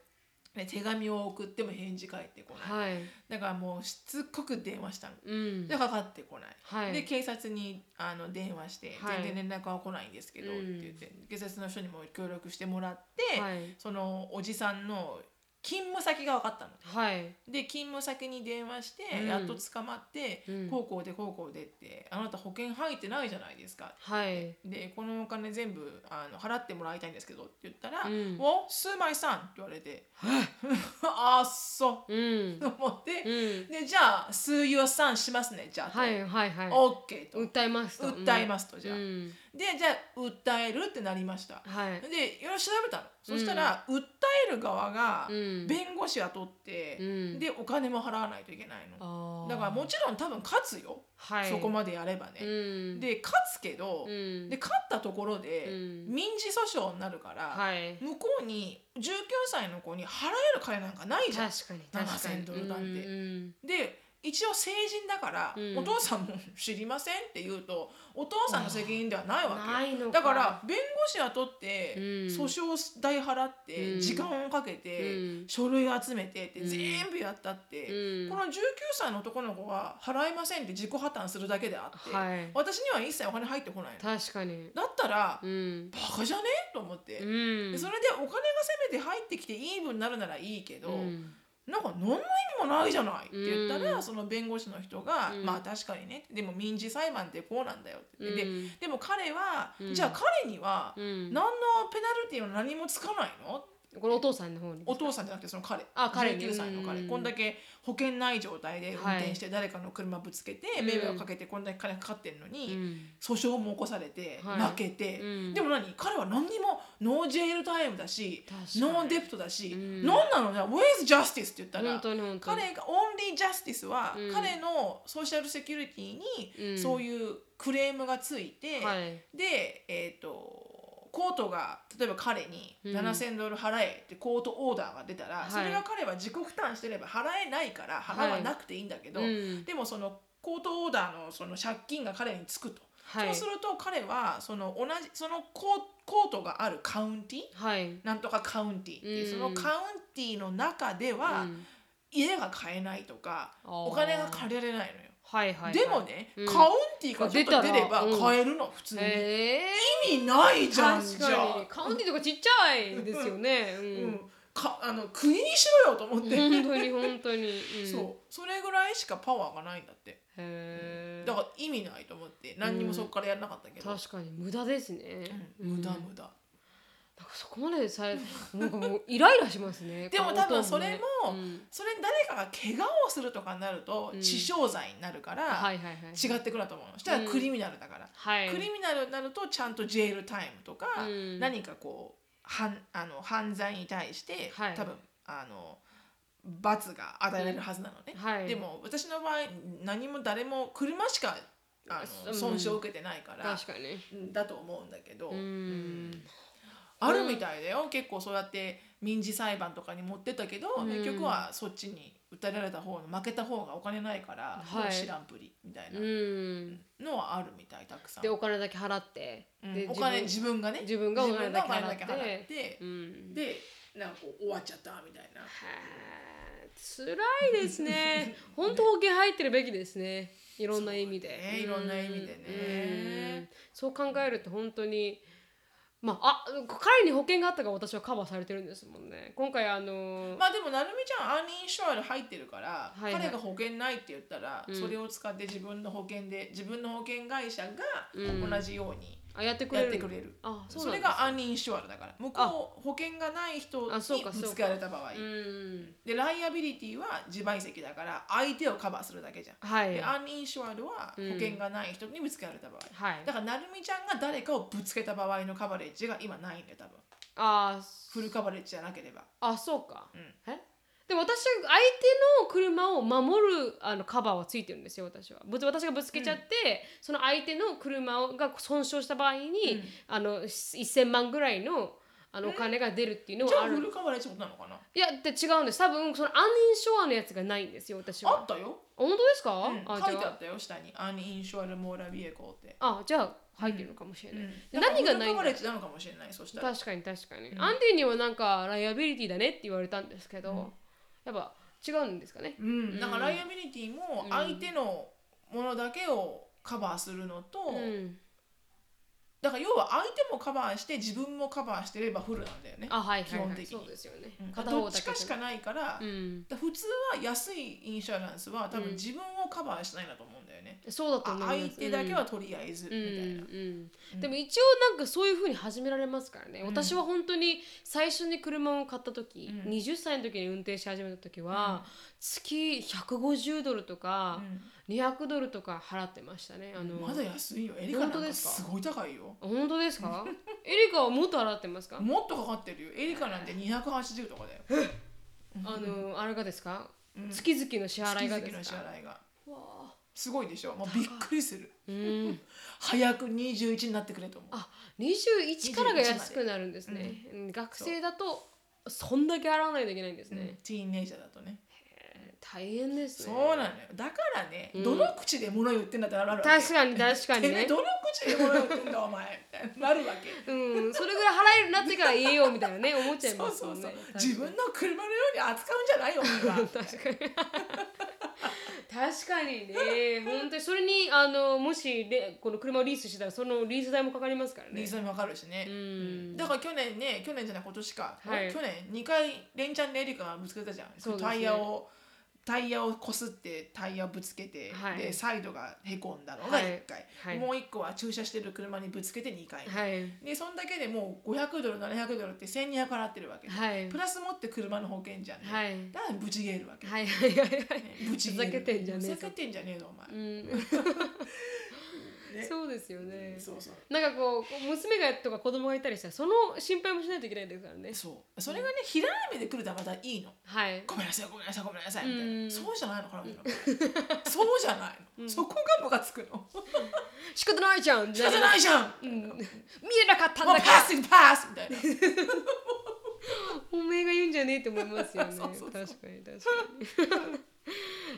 で手紙を送っても返事返ってこない、
はい
だからもうしつこく電話したの。
うん
でかかってこない。
はい
で警察にあの電話して、
はい
全然連絡は来ないんですけど、
うん
って言って警察の人にも協力してもらって、
はい
そのおじさんの勤務先が分かったの。
はい
で勤務先に電話して、
うん
やっと捕まって、
うん
こうこうでこうこうでってあなた保険入ってないじゃないですか。
はい
でこのお金全部あの払ってもらいたいんですけどって言ったら
う
「
ん
Well, sue my son」って言われて「 あっそ
うん
う」と思って、
うん
でじゃあ「sue your son しますねじゃあ」
はいはいはい
オッケーと
訴えますと
訴えますと
うん
じゃあ、
うん
でじゃあ訴えるってなりました
はい
でいろいろ調べたのそしたら、訴える側が
うん
弁護士雇って、
うん
でお金も払わないといけないの
あー
だからもちろん多分勝つよ、
はい
そこまでやればね、
うん
で勝つけど、
うん
で勝ったところで、
うん
民事訴訟になるから、
はい
向こうに19歳の子に払える金なんかないじゃん
確かに確かに
7000ドルなんて
うん
で一応成人だから、
うん
お父さんも知りませんって言うとお父さんの責任ではないわけよ
ないのか
だから弁護士雇って、
うん
訴訟代払って、
うん
時間をかけて、
うん
書類集めてって、
うん
全部やったって、
うん
この19歳の男の子は払いませんって自己破綻するだけであって、
はい
私には一切お金入ってこないの
確かに
だったら、
うん
バカじゃねと思って、
うん
でそれでお金がせめて入ってきていい分になるならいいけど、
うん
なんか何の意味もないじゃないって言ったら、
うん
その弁護士の人が、
うん
まあ確かにねでも民事裁判ってこうなんだよって言って、
う
で
ん
でも彼は、
うん
じゃあ彼には、
うん
何のペナルティーも何もつかないの
これお父さんの方に
お父さんじゃなくてその彼
あ彼ね
19歳の彼、
うん
こんだけ保険ない状態で運転して誰かの車ぶつけて、迷惑かけてこんだけ金かかってんのに、
うん
訴訟も起こされて、
はい
負けて、
うん
でも何彼は何にもノージェイルタイムだし
確かに
ノーデプトだし、
うん
何なのじゃ Where's justice? って言ったら
本当に本当に
彼がオンリージャスティスは、
うん
彼のソーシャルセキュリティ
うん
にそういうクレームがついて、
はい
で、えー、とコートが例えば彼に
うん
7,000ドル払えってコートオーダーが出たら、
はい
それが彼は自己負担してれば払えないから払わなくていいんだけど、
うん
でもそのコートオーダーのその借金が彼につくと、
はい
そうすると彼はその同じそのコーコートがあるカウンティ
はい
なんとかカウンティって、
うん
そのカウンティの中では、
うん
家が買えないとか
あー
お金が借りれないのよ。
はいはいはい
でもね、
うん
カウンティからちょっと出れば
出たらうん
買えるの、普通に。
へえ
意味ないじゃん
確
じゃ
か
あ
に、カウンティとかちっちゃいですよねう
うんん、かあの国にしろよと思って、
本当に本当に、うん、
そうそれぐらいしかパワーがないんだって
へえ
だから意味ないと思って何にもそこからやらなかったけど、
確かに無駄ですね、
うん無駄無駄、
なんかそこまでさなんかもうイライラしますね
でも多分そ
顔と
れ
ね
も、
うん
それに誰かが怪我をするとかになると
うん
致傷罪になるから、
はいはいはい
違ってくると思うのしたらクリミナルだから、
はい
クリミナルになるとちゃんとジェールタイムとか、
うん
何かこう犯あの犯罪に対して、
はい
多分あの罰が与えられるはずなのね、
はい
でも私の場合何も誰も車しかあ
う
の
ん
損傷を受けてないから、
確かにね
だと思うんだけど、
うん
うんあるみたいだよ結構そうやって民事裁判とかに持ってったけど、
うん
結局はそっちに訴えられた方の負けた方がお金ないから、
はい
もう知らんぷりみたいな
うん
のはあるみたいたくさん
でお金だけ払って
うん
で
お金
自
自分がね
自分がお金
自分が
だけ払って
お金だけ払って
分うん
でなんかこう終わっちゃったみたいな
つらいです ね本当保険入ってるべきですねいろんな意味で、
そうねいろんな意味でね
うんそう考えると本当にまああ彼に保険があったから私はカバーされてるんですもんね今回あの、
まあでもなるみちゃんアンリーインシュアル入ってるから、
はいはい
彼が保険ないって言ったら、
うん
それを使って自分の保険で自分の保険会社が
うん
同じように
あやってくれ
や
る
ってくれる、
あ
そ
そうなん
れ
です
がアンリーインシュアルだから向こう保険がない人
あそう
に
か
ぶ
そうか
つかられた場合
うん
でライアビリティは自賠責だから相手をカバーするだけじゃん、
はい
でアンリーインシュアルは保険がない人にぶつかられた場合、
はい
だからなるみちゃんが誰かをぶつけた場合のカバレッジが今ないんだよ多分
あ
フルカバレッジじゃなければ
あそうか、
うん
えでも私相手の車を守るあのカバーはついてるんですよ私はぶつ私がぶつけちゃって、その相手の車をが損傷した場合に、
うん
あのし1000万ぐらいのあのお金が出るっていうの
じゃ
は
あ
ある、
フルカバレッジってことなのかない
やって違うんです多分そのアンインショアのやつがないんですよ私
あ
はあ
ったよ、
本当ですか、
うん
あ
書い
じ
て
ゃ
あ
あ
ったよ下に「アンインシュアルモーラビエコー」って、
あじゃあ入ってるのかもしれ
う
ない、
ん
で何が
だからフ
ない
ルカ
んだ
バレッジなのかもしれないそしたら
確かに確かに、アンディにはなんかライアビリティだねって言われたんですけど、やっぱ違うんですかね
うんだからライアビリティも相手のものだけをカバーするのと、
うん
だから要は相手もカバーして自分もカバーしてればフルなんだよね、
あはいはい、はい、
基本的に
そうですよね、
うん
片
ど
方
っ
だけ
ち
じゃ
かしかないから、
うん
だから普通は安いインシュアランスは多
うん
分自分をカバーしないんだと思うんだよね、
そうだと
あ
思います
相手だけはとりあえず
う
みた
ん
い
う
な、
ん
う
うんん、でも一応なんかそういう風に始められますからね、
うん
私は本当に最初に車を買った時、
うん
20歳の時に運転し始めた時は、月150ドルとか200ドルとか払ってましたねあの、
まだ安いよエリカなん
本当
か
ですか
すごい高いよ
本当です かエリカはもっと払ってますか、
もっとかかってるよエリカなんて280とかだよ
あのあれがですか、
うん
月々の支払
月
いが
々
で
の
す
支
か
払いが
わあ
すごいでしょもうびっくりする
うん
早く21になってくれと思う
あ、二十一からが安くなるんですね。うん学生だとそんだけ払わないといけないんです
うん
ね。
ティーンエイジャーだとね
大変ですね。
そうなのよだからね、
うん
どの口で物言ってんだってなるわけ
確かに確かに
てめえ
ね。
どの口で物言ってんだお前みたいになるわ け
うん、それぐらい払えるようになってから言えようみたいなね思っちゃい
そ
ま
う
す
そ
も
うんそ
ね
う。自分の車のように扱うんじゃないよ俺は
確かに。確かにね、本当にそれにあのもしレこの車をリースしてたらそのリース代もかかりますから
リー
ね
ズ。ンわかるしね、
うん
だから去年ね去年じゃない今年か、
はい
去年2回レンちゃんレリカがぶつけたじゃん、
そうですね
タイヤをタイヤをこすってタイヤをぶつけて、
はい
でサイドがへこんだのが1回、
はい
もう1個は駐車してる車にぶつけて2回、
はい
でそんだけでもう500ドル700ドルって1200払ってるわけ、
はい
プラス持って車の保険じゃんね、
はい
だからブチゲーるわけ、
はいはいはいはい。
ブチゲーる
ふざけてんじゃねえぞ
ふざけてんじゃねえぞお
う
前、
ん。
ね
そうですよね。
そうそう
なんかこう娘がとか子供がいたりしたらその心配もしないといけないですからね。
そうそれがね平雨で来るとはまたいいの
はい。
ごめんなさいごめんなさいごめんなさいみたいな、
うん
そうじゃないのかなみたいなそうじゃないの、そこがムカつくの
仕方ないじゃん。
仕方ないじゃん、
うん。
もう
見えなかったんだか
パスパスみたいな
ら。おめえが言うんじゃねえって思いますよね。
そうそうそう
確かに確かに。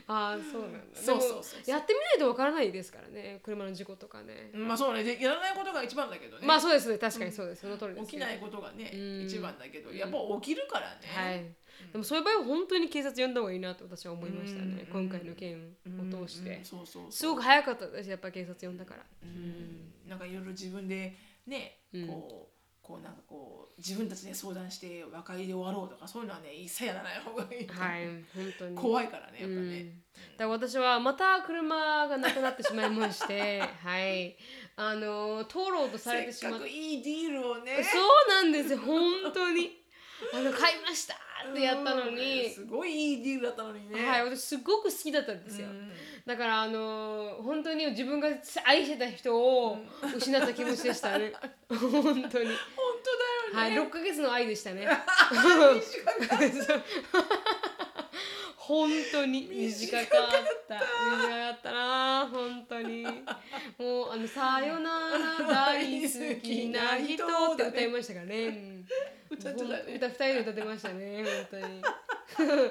ああそうなんだ。
そうそうそう
でもやってみないとわからないですからね。車の事故とかね。
まあそうねでやらないことが一番だけどね、
まあそうですね。確かにそうです。その通りです。
起きない。ことがね
うん
一番だけどやっぱ起きるからね、
はい。でもそういう場合は本当に警察呼んだ方がいいなと私は思いましたね。
うん
今回の件を通し
う
て
ん。そうそう
す
そう
ごく早かったです。やっぱり警察呼んだから。
うんなんかいろいろ自分でね、
うん
こうこうなんかこう自分たちで相談して和解で終わろうとかそういうのはね一切やらない方がいい、
はい、本当に。
怖いからねや
う
っぱね、
ん、だから私はまた車がなくなってしまいまして はいあの通ろうとされてし
せっ
まっ
か
た
くいいディールをね
そうなんですよ本当 にあの買いましたってやったの
うん
に、
すごいいいディールだったのにね、
はい、私すごく好きだったんですよ、
うん
だからあのー本当に自分が愛してた人を失った気持ちでした ね本当に、
本当だ
はい、
よね、
6ヶ月の愛でしたね
短かった
本当に短かった短かったな本当にもうあの「さよなら大好きな人」って歌いましたからねうん
歌ってたね
歌二人で歌ってましたね本 当に
でも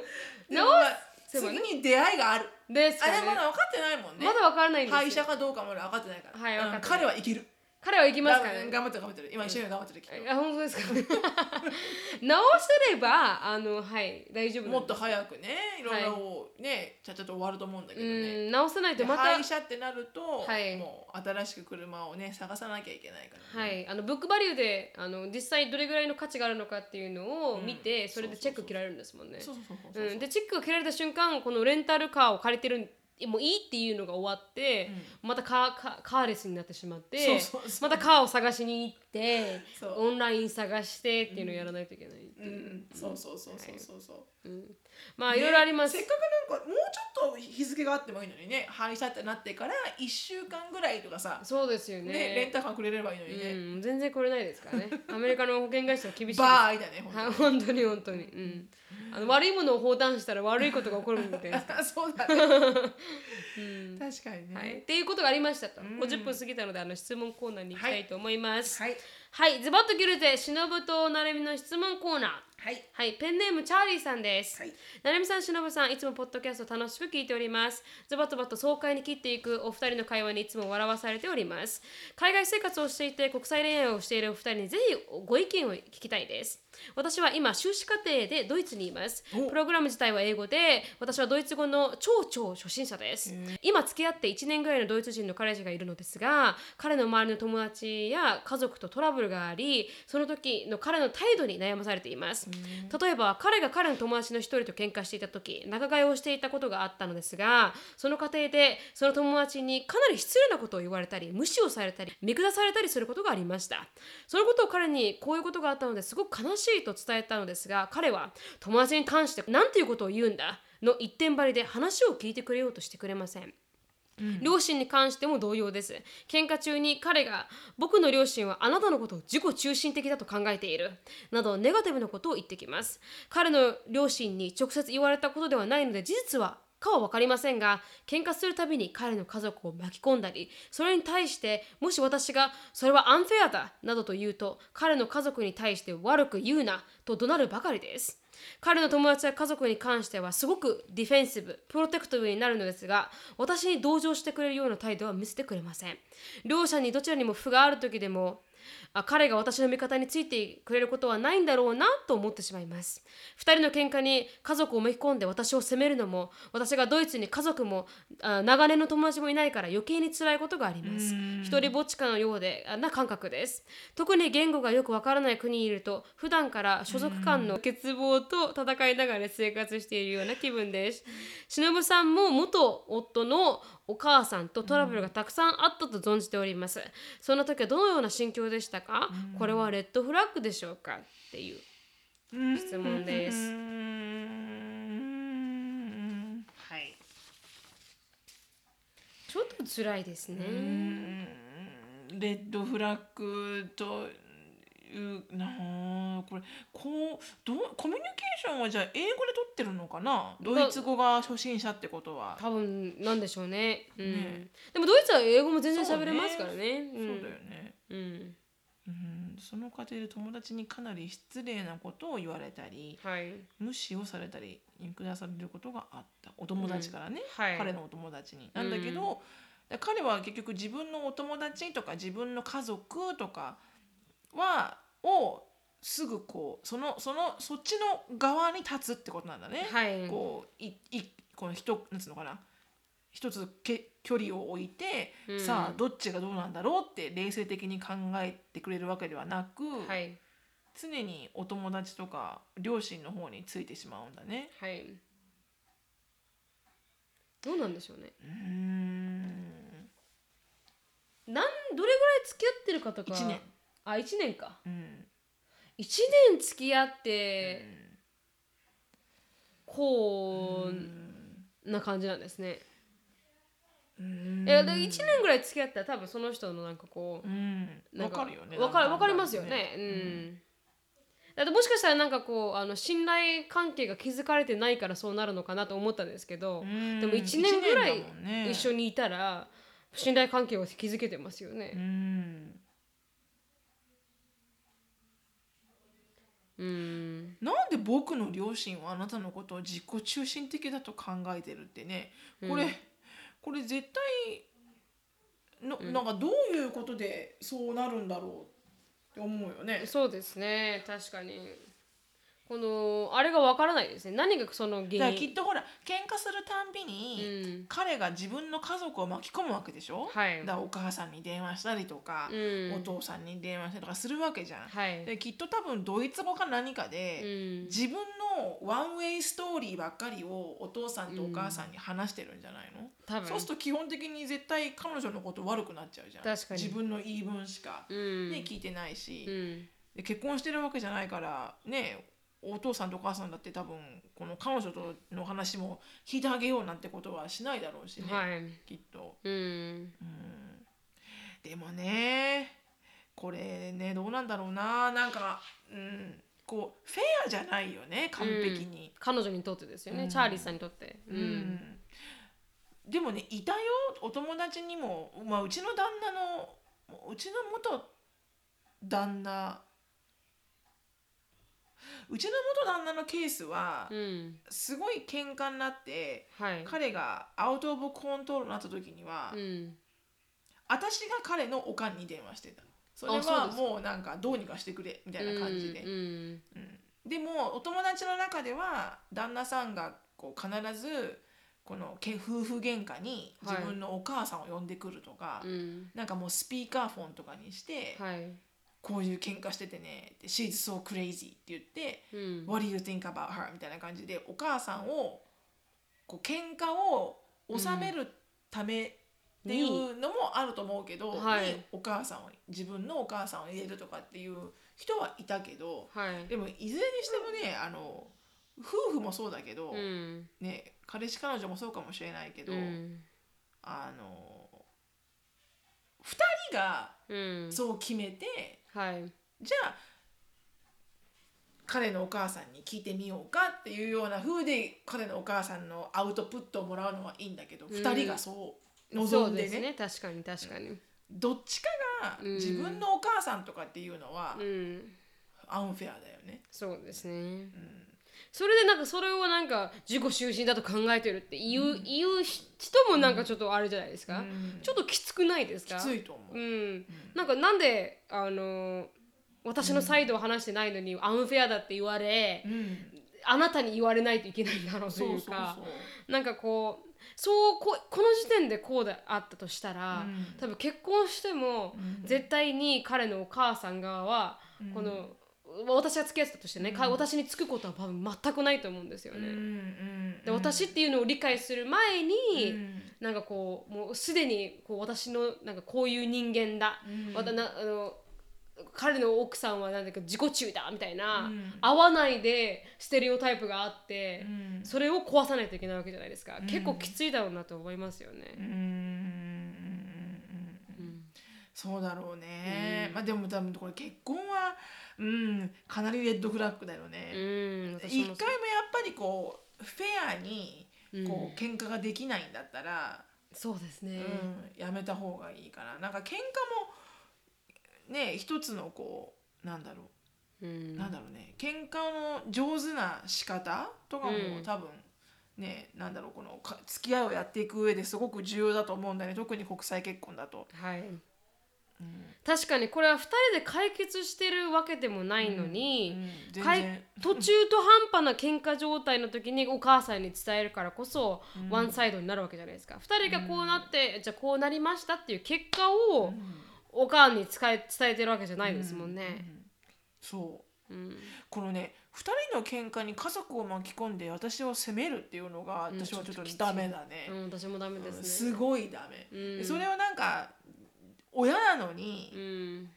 直
まあ
せばね
次に出会いがある
です
あ
か
れ
ね
まだ分かってないもんね
まだわからないんですよ
会社かどうかまだ分かってないから、
はい分かってない
うん彼はいける
彼は行きますから
が
ね
頑張ってる頑張ってる今一緒に頑張ってるきっと
あ本当ですか 直せればあのはい大丈夫なんで
もっと早くねいろいろねちゃっちゃと終わると思うんだけど
う
ね、
ん直さない
で
とまた
廃車ってなると、
はい
もう新しく車をね探さなきゃいけないから
は
ね、
い、あのブックバリューであの実際どれぐらいの価値があるのかっていうのを見て、
うん
それでチェック切られるんですもんね。
そうそうそうそうそう、
うんでチェックが切られた瞬間このレンタルカーを借りてるもういいっていうのが終わって、またカーカーカーレスになってしまって
そうそうそう
またカーを探しに行って
そう
オンライン探してっていうのをやらないといけないって
う
いう、
ん、そうそうそうそうそうそう、
まあいろいろあります、
ねせっかくなんかもうちょっと日付があってもいいのにね廃車ってなってから1週間ぐらいとかさ、
そうですよね
ねレンタカーくれればいいのにね、
うん、全然来れないですからねアメリカの保険会社は厳しいですから
バーイだねほんと
はい、 本当に本当に、うん、あの悪いものを放談したら悪いことが起こるみたいですか
そうだね、確かにね
ら、はい、っていうことがありましたと、50分過ぎたのであの質問コーナーに行きたいと思います
はい
はい、ズバッと切るぜしのぶとなれみの質問コーナー
はい
はい、ペンネームチャーリーさんです、
はい
なれみさんしのぶさんいつもポッドキャスト楽しく聞いておりますズバッとバッと爽快に切っていくお二人の会話にいつも笑わされております海外生活をしていて国際恋愛をしているお二人にぜひご意見を聞きたいです私は今修士課程でドイツにいます
お
プログラム自体は英語で私はドイツ語の超超初心者です今付き合って1年ぐらいのドイツ人の彼氏がいるのですが彼の周りの友達や家族とトラブルがありその時の彼の態度に悩まされています例えば彼が彼の友達の一人と喧嘩していた時仲買いをしていたことがあったのですがその過程でその友達にかなり失礼なことを言われたり無視をされたり見下されたりすることがありましたそのことを彼にこういうことがあったのですごく悲しいと伝えたのですが彼は友達に関して何ていうことを言うんだの一点張りで話を聞いてくれようとしてくれません両親に関しても同様です喧嘩中に彼が僕の両親はあなたのことを自己中心的だと考えているなどネガティブなことを言ってきます彼の両親に直接言われたことではないので事実はかは分かりませんが喧嘩するたびに彼の家族を巻き込んだりそれに対してもし私が「それはアンフェアだ」などと言うと彼の家族に対して悪く言うなと怒鳴るばかりです彼の友達や家族に関してはすごくディフェンシブプロテクトィブになるのですが私に同情してくれるような態度は見せてくれません両者にどちらにも負がある時でもあ彼が私の味方についてくれることはないんだろうなと思ってしまいます2人の喧嘩に家族を巻き込んで私を責めるのも私がドイツに家族もあ長年の友達もいないから余計に辛いことがあります一人ぼっちかのようであな感覚です特に言語がよくわからない国にいると普段から所属間の欠乏と戦いながら生活しているような気分です忍さんも元夫のお母さんとトラブルがたくさんあったと存じております、その時はどのような心境でしたか、これはレッドフラッグでしょうかっていう質問です、
うーんはい
ちょっと辛いですね、
レッドフラッグというなあこれこうどうコミュニケーションはじゃあ英語で取ってるのかなドイツ語が初心者ってことは、
多分なんでしょうね,、うん、
ね
でもドイツは英語も全然喋れますからねう
そうんだよね、
うん
うん、その過程で友達にかなり失礼なことを言われたり
はい
無視をされたり見下されることがあったお友達からね、
はい
彼のお友達に。なんだけど、だ彼は結局自分のお友達とか自分の家族とかはをすぐこうそのそのそっちの側に立つってことなんだね。
はい
こういいこの人なんつうのかな一つけ距離を置いて、
うん
さあどっちがどうなんだろうって冷静的に考えてくれるわけではなく、
はい
常にお友達とか両親の方についてしまうんだね
はいどうなんでしょうね
うーん
なんどれぐらい付き合ってるかとか
1年
あ1年か
うん
1年付き合ってこうな感じなんですね、
うん
えで1年ぐらい付き合ったら多分その人のなんかこう
うん
な
わ
ん
かるよね
わかる
なん
わ
だ
か
ろ
り
う
ますよねうんだってもしかしたらなんかこうあの信頼関係が築かれてないからそうなるのかなと思ったんですけど、
うん
でも1年ぐらい
一年だもんね
一緒にいたら信頼関係を築けてますよ
う
ね。
ん
うん、
なんで僕の両親はあなたのことを自己中心的だと考えてるってねこれ、
うん
これ絶対の、なんかどういうことでそうなるんだろうって思うよね。
そうですね確かにこのあれがわからないですね何がその
だか
原
らきっ
因。
とほら喧嘩するたんび
う
に、
ん
彼が自分の家族を巻き込むわけでしょ、
はい
だからお母さんに電話したりとか、
うん
お父さんに電話したりとかするわけじゃん。
はい
できっと多分ドイツ語か何かで、
うん
自分のワンウェイストーリーばっかりをお父さんとお母さんに話してるんじゃないの、
多分
そうすると基本的に絶対彼女のこと悪くなっちゃうじゃん
確かに
自分の言い分しか、
うん
ね、聞いてないし、
うん
で結婚してるわけじゃないからねお父さんとお母さんだって多分この彼女との話も聞いてあげようなんてことはしないだろうしね、
はい
きっと。
うん
うんでもねこれねどうなんだろうななんか、うん、こうフェアじゃないよね完璧に、
彼女にとってですよね、
うん
チャーリーさんにとって。う
うんでもねいたよお友達にも、まあ、うちの旦那のうちの元旦那うちの元旦那のケースは
うん
すごい喧嘩になって
はい。
彼がアウト・オブ・コントロールになった時には、
うん
私が彼のおかんに電話してたそれ
あそう
は
です
もうなんかどうにかしてくれみたいな感じで、
うんうん
うんでもお友達の中では旦那さんがこう必ずこのけ夫婦喧嘩に
はい
自分のお母さんを呼んでくるとか、
うん
なんかもうスピーカーフォンとかにして、
はい。
こういう喧嘩しててね「She's so crazy」って言って
うん
「What do you think about her?」みたいな感じでお母さんをこう喧嘩を収めるためっていうのもあると思うけど、
にはい
にお母さんを自分のお母さんを入れるとかっていう人はいたけど
はい。
でもいずれにしてもねあの夫婦もそうだけど、
うん
ね、彼氏彼女もそうかもしれないけど、
うん
あの2人が
うん
そう決めて。
はい。
じゃあ彼のお母さんに聞いてみようかっていうような風で彼のお母さんのアウトプットをもらうのはいいんだけど、
ん
二2人がそう望んでね
そうですね確かに確かに
どっちかが
ん
自分のお母さんとかっていうのは
うん
アンフェアだよね。
そうですね、それでなんかそれをなんか自己中心だと考えてるっていう、言う人もなんかちょっとあれじゃないですか、
うん
ちょっときつくないですか
きついと思う。
うん、なんかなんであの私のサイドを話してないのにアンフェアだって言われ、
うん
あなたに言われないといけないんだろうと
そ
いうう
そう
か
そう。
なんかこうそうここの時点でこうであったとしたら、
うん
多分結婚しても、
うん
絶対に彼のお母さん側は、
うん
この私が付き合ってたとしてね、か私につくことは多分全くないと思うんですよね。
うんうん
で私っていうのを理解する前
う
に、
ん
なんかこうもうすでにこう私のなんかこういう人間だ、
うん
わたなあの彼の奥さんはなんだか自己中だみたいな、
うん
合わないでステレオタイプがあって、
うん
それを壊さないといけないわけじゃないですか、結構きついだろうなと思いますよ
う
ね。
んうんうんうんうんそうだろうね、まあでも多分これ結婚はうんかなりレッドフラッグだよ
う
ね、
ん、私
一
もそ
回もやっぱりこうフェアにこ
うん
う喧嘩ができないんだったら、
そうですね
うん、やめた方がいいかななんか喧嘩もね一つのこうなんだろ
うん
う、なんだろうね喧嘩の上手な仕方とかも
うん
多分、ねなんだろうこのか付き合いをやっていく上ですごく重要だと思うんだね特に国際結婚だと。
はい、確かにこれは2人で解決してるわけでもないの
う
に、
ん全
かい
然
途中と半端な喧嘩状態の時にお母さんに伝えるからこそ、ワンサイドになるわけじゃないですか2人がこうなって、じゃあこうなりましたっていう結果を、お母に伝え伝えてるわけじゃないですもんね。
そ
う
う
ん
このね2人の喧嘩に家族を巻き込んで私を責めるっていうのが
うん
私はちょっ
ちょ
と
っときつい
ダメだね
う、ん、私もダメですね。
すごいダメ、
うん
それはなんか親なの
う
に、
ん、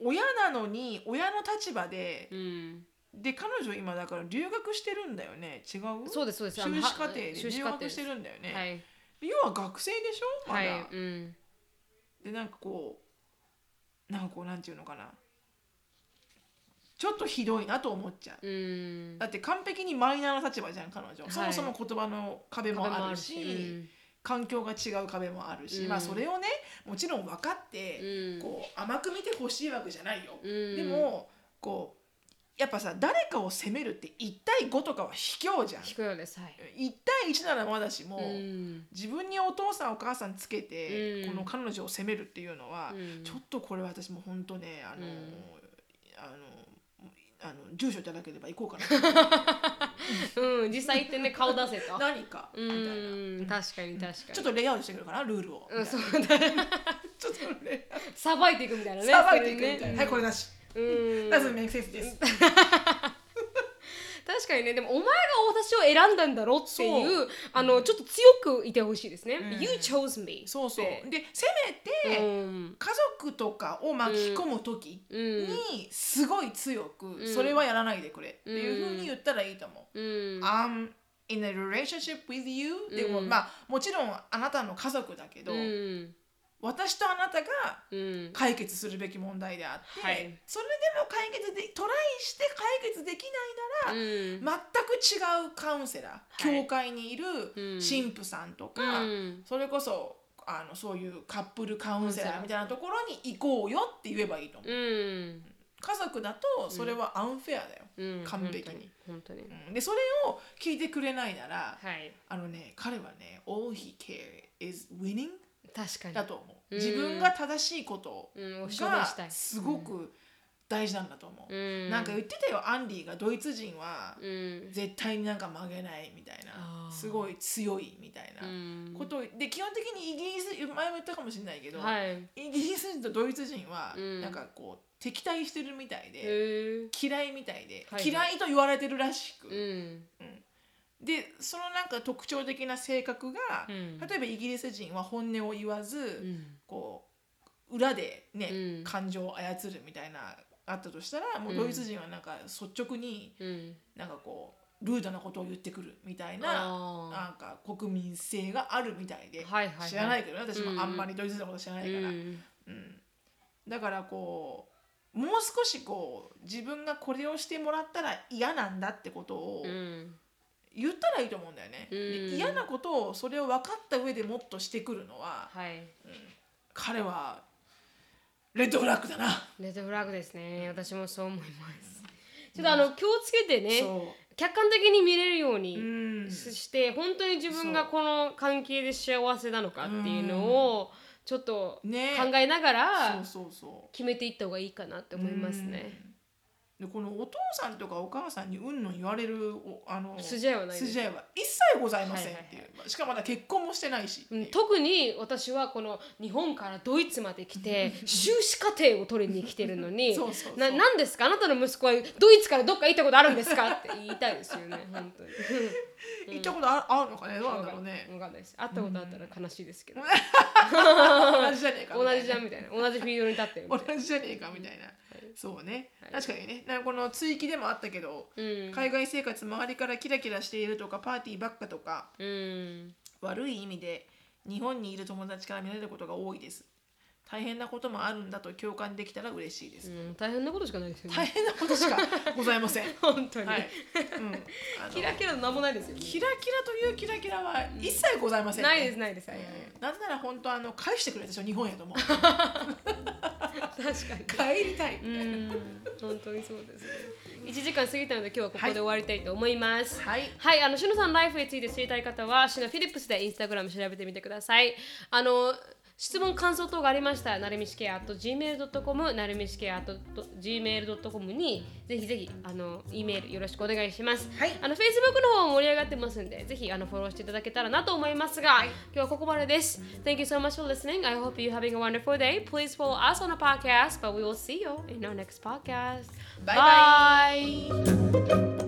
親なのに親の立場で
う、ん、
で彼女今だから留学してるんだよね違う
そうですそうです。あ
修
の
士
は
課程で
修士
留
課程
学してるんだよね、
はい
要は学生でしょま
は
だ、
い、うん、
でなんかこうなんかこうなんていうのかなちょっとひどいなと思っちゃう
うん
だ。って完璧にマイナーな立場じゃん彼女、
はい
そもそも言葉の壁もあるし環境が違う壁もあるし、
うん
まあそれをねもちろん分かっ
壁
て、
も
こう甘く見てほしいわけじゃないよ、
あるしうん、うん、
でもこうやっぱさ誰かを責めるって1対5とかは卑怯じゃん1
低いようですはい。
対1ならまだしも、
うん
自分にお父さんお母さんつけて、
うん
この彼女を責めるっていうのは、
うん
ちょっとこれは私も本当ねあの、
うん
あのあの住所じゃなければ行こうかな
うん、実際行ってね顔出 せと。
何かみ
う
たい
ん、
な、
確かに確かに。
ちょっとレイアウトしてくるからルールを、
うん、
みた
そ
いうな
だ。
ちょっとレイアウ
さばいていくみたいな
ト
ね。
さばいていくみたいな、
それね
はいこれなし、
うん、
なぜメイクセンスです、
確かにねでもお前が私を選んだんだろっていうあのちょっと強くいてほしいですね、
うん
You chose me
そうそう
で
でせめて、
うん
家族とかを巻き込む時
うん
にすごい強く、
ん
それはやらないでくれっていうふうに言ったらいいと思う、
うん、
I'm in a relationship with you、でも
うん
まあもちろんあなたの家族だけど、
うん
私とあなたが
うん
解決するべき問題であって、
はい
それでも解決でトライして解決できないな
うん
ら、全く違うカウンセラー、
はい
教会にいる
うん
神父さんとか、
うん
それこそあのそういうカップルカウンセラ
カ
ー
ウン
み
セ
たいなところに行こうよって言えばいいと思う、
うん
家族だとそれはアンフェアだよ、
うん
完璧に
本当に本
うんでそれを聞いてくれないなら、
当にはい
あのね彼はね all he care is winning
確かに
だと思
う
う
ん
自分が正しいこと
うんを証明した
が
い
すごく大事なんだと思
う
う、
ん
なんか言ってたよアンディがドイツ人は
うん
絶対になんか曲げないみたい
あ
な
ー
すごい強いみたいな
うん
ことをで基本的にイギリス前も言ったかもしれないけど、
はいへ
イギリス人とドイツ人は
うん
なんかこう敵対してるみたいで、
え
嫌いみたいで、
はいはい
嫌いと言われてるらしく、
うん
でそのなんか特徴的な性格が、
うん
例えばイギリス人は本音を言わず、
うん
こう裏でね、
うん
感情を操るみたいなあったとしたらもうドイツ人はなんか率直に
うん
なんかこうルードなことを言ってくるみたいなな
あ
んか国民性があるみたいで、
ーはいはいはい
知らないけどね私
うんうん
もあんまりドイツ人のこと知らないから、
う
うん
ん
だからこうもう少しこう自分がこれをしてもらったら嫌なんだってことを、
うん
言ったらいいと思うんだよね、
うん
で嫌なことをそれを分かった上でもっとしてくるのは
はい
彼はレッドフラッグだな、
レッドフラッグですね私もそう思いますちょっとあの気をつけてね
そ
客観的に見れるよう
う、う
に
ん、
しして本当に自分が
そう
この関係で幸せなのかっていうのをちょっと
ね
考えなが
そう
ら
そうそう
決めていった方がいいかなって思いますね。
うんでこのお父さんとかお母さんにうんの言われるおあの
筋合いはないです
筋合いは一切ございませんっていう、
はい
しかもまだ結婚もしてないしって
う
い
ん
う、
特に私はこの日本からドイツまで来て修士課程を取りに来てるのに
そうそうそう
ななんですかあなたの息子はドイツからどっか行ったことあるんですかって言いたいですよ ね本当に。
行ったことああるのかねどうなんだろうね
わかんないです。会ったことあったら悲しいですけど。
同じじゃねえかみ
同
たいな
じじゃんみたいな。同じフィールドに立ってるみた いな。
同じじゃねえかみたいな、そうね、確かにねなんかこの追記でもあったけど、
うん
海外生活周りからキラキラしているとかパーティーばっかとか
うん。
悪い意味で日本にいる友達から見られることが多いです大変なこともあるんだと共感できたら嬉しいです、
うん、大変なことしかないですよ
大
ね。
変なことしかございません
本当に、
はい、うん、あの
キラキラのなんもないですよね。
キラキラというキラキラは一切ございません、ね
ないですないです。はいはい
うんなんなら本当あの返してくれたでしょ日本やと思う
確かに。
帰りたいみたいな、
うん、本当にそうですね。一時間過ぎたので今日はここで終わりたいと思います。
はい
はい、あのしのさんライフについて知りたい方はしのフィリップスでインスタグラム調べてみてください。あの質問感想等がありましたらなるみしケア .gmail.com なるみしケア .gmail.com にぜひぜひあの E メールよろしくお願いします
はい
あの Facebook の方も盛り上がってますんでぜひあのフォローしていただけたらなと思いますが、今日はここまでです Thank you so much for listening I hope you having a wonderful day Please follow us on the podcast but we will see you in our next podcast
Bye bye.
bye.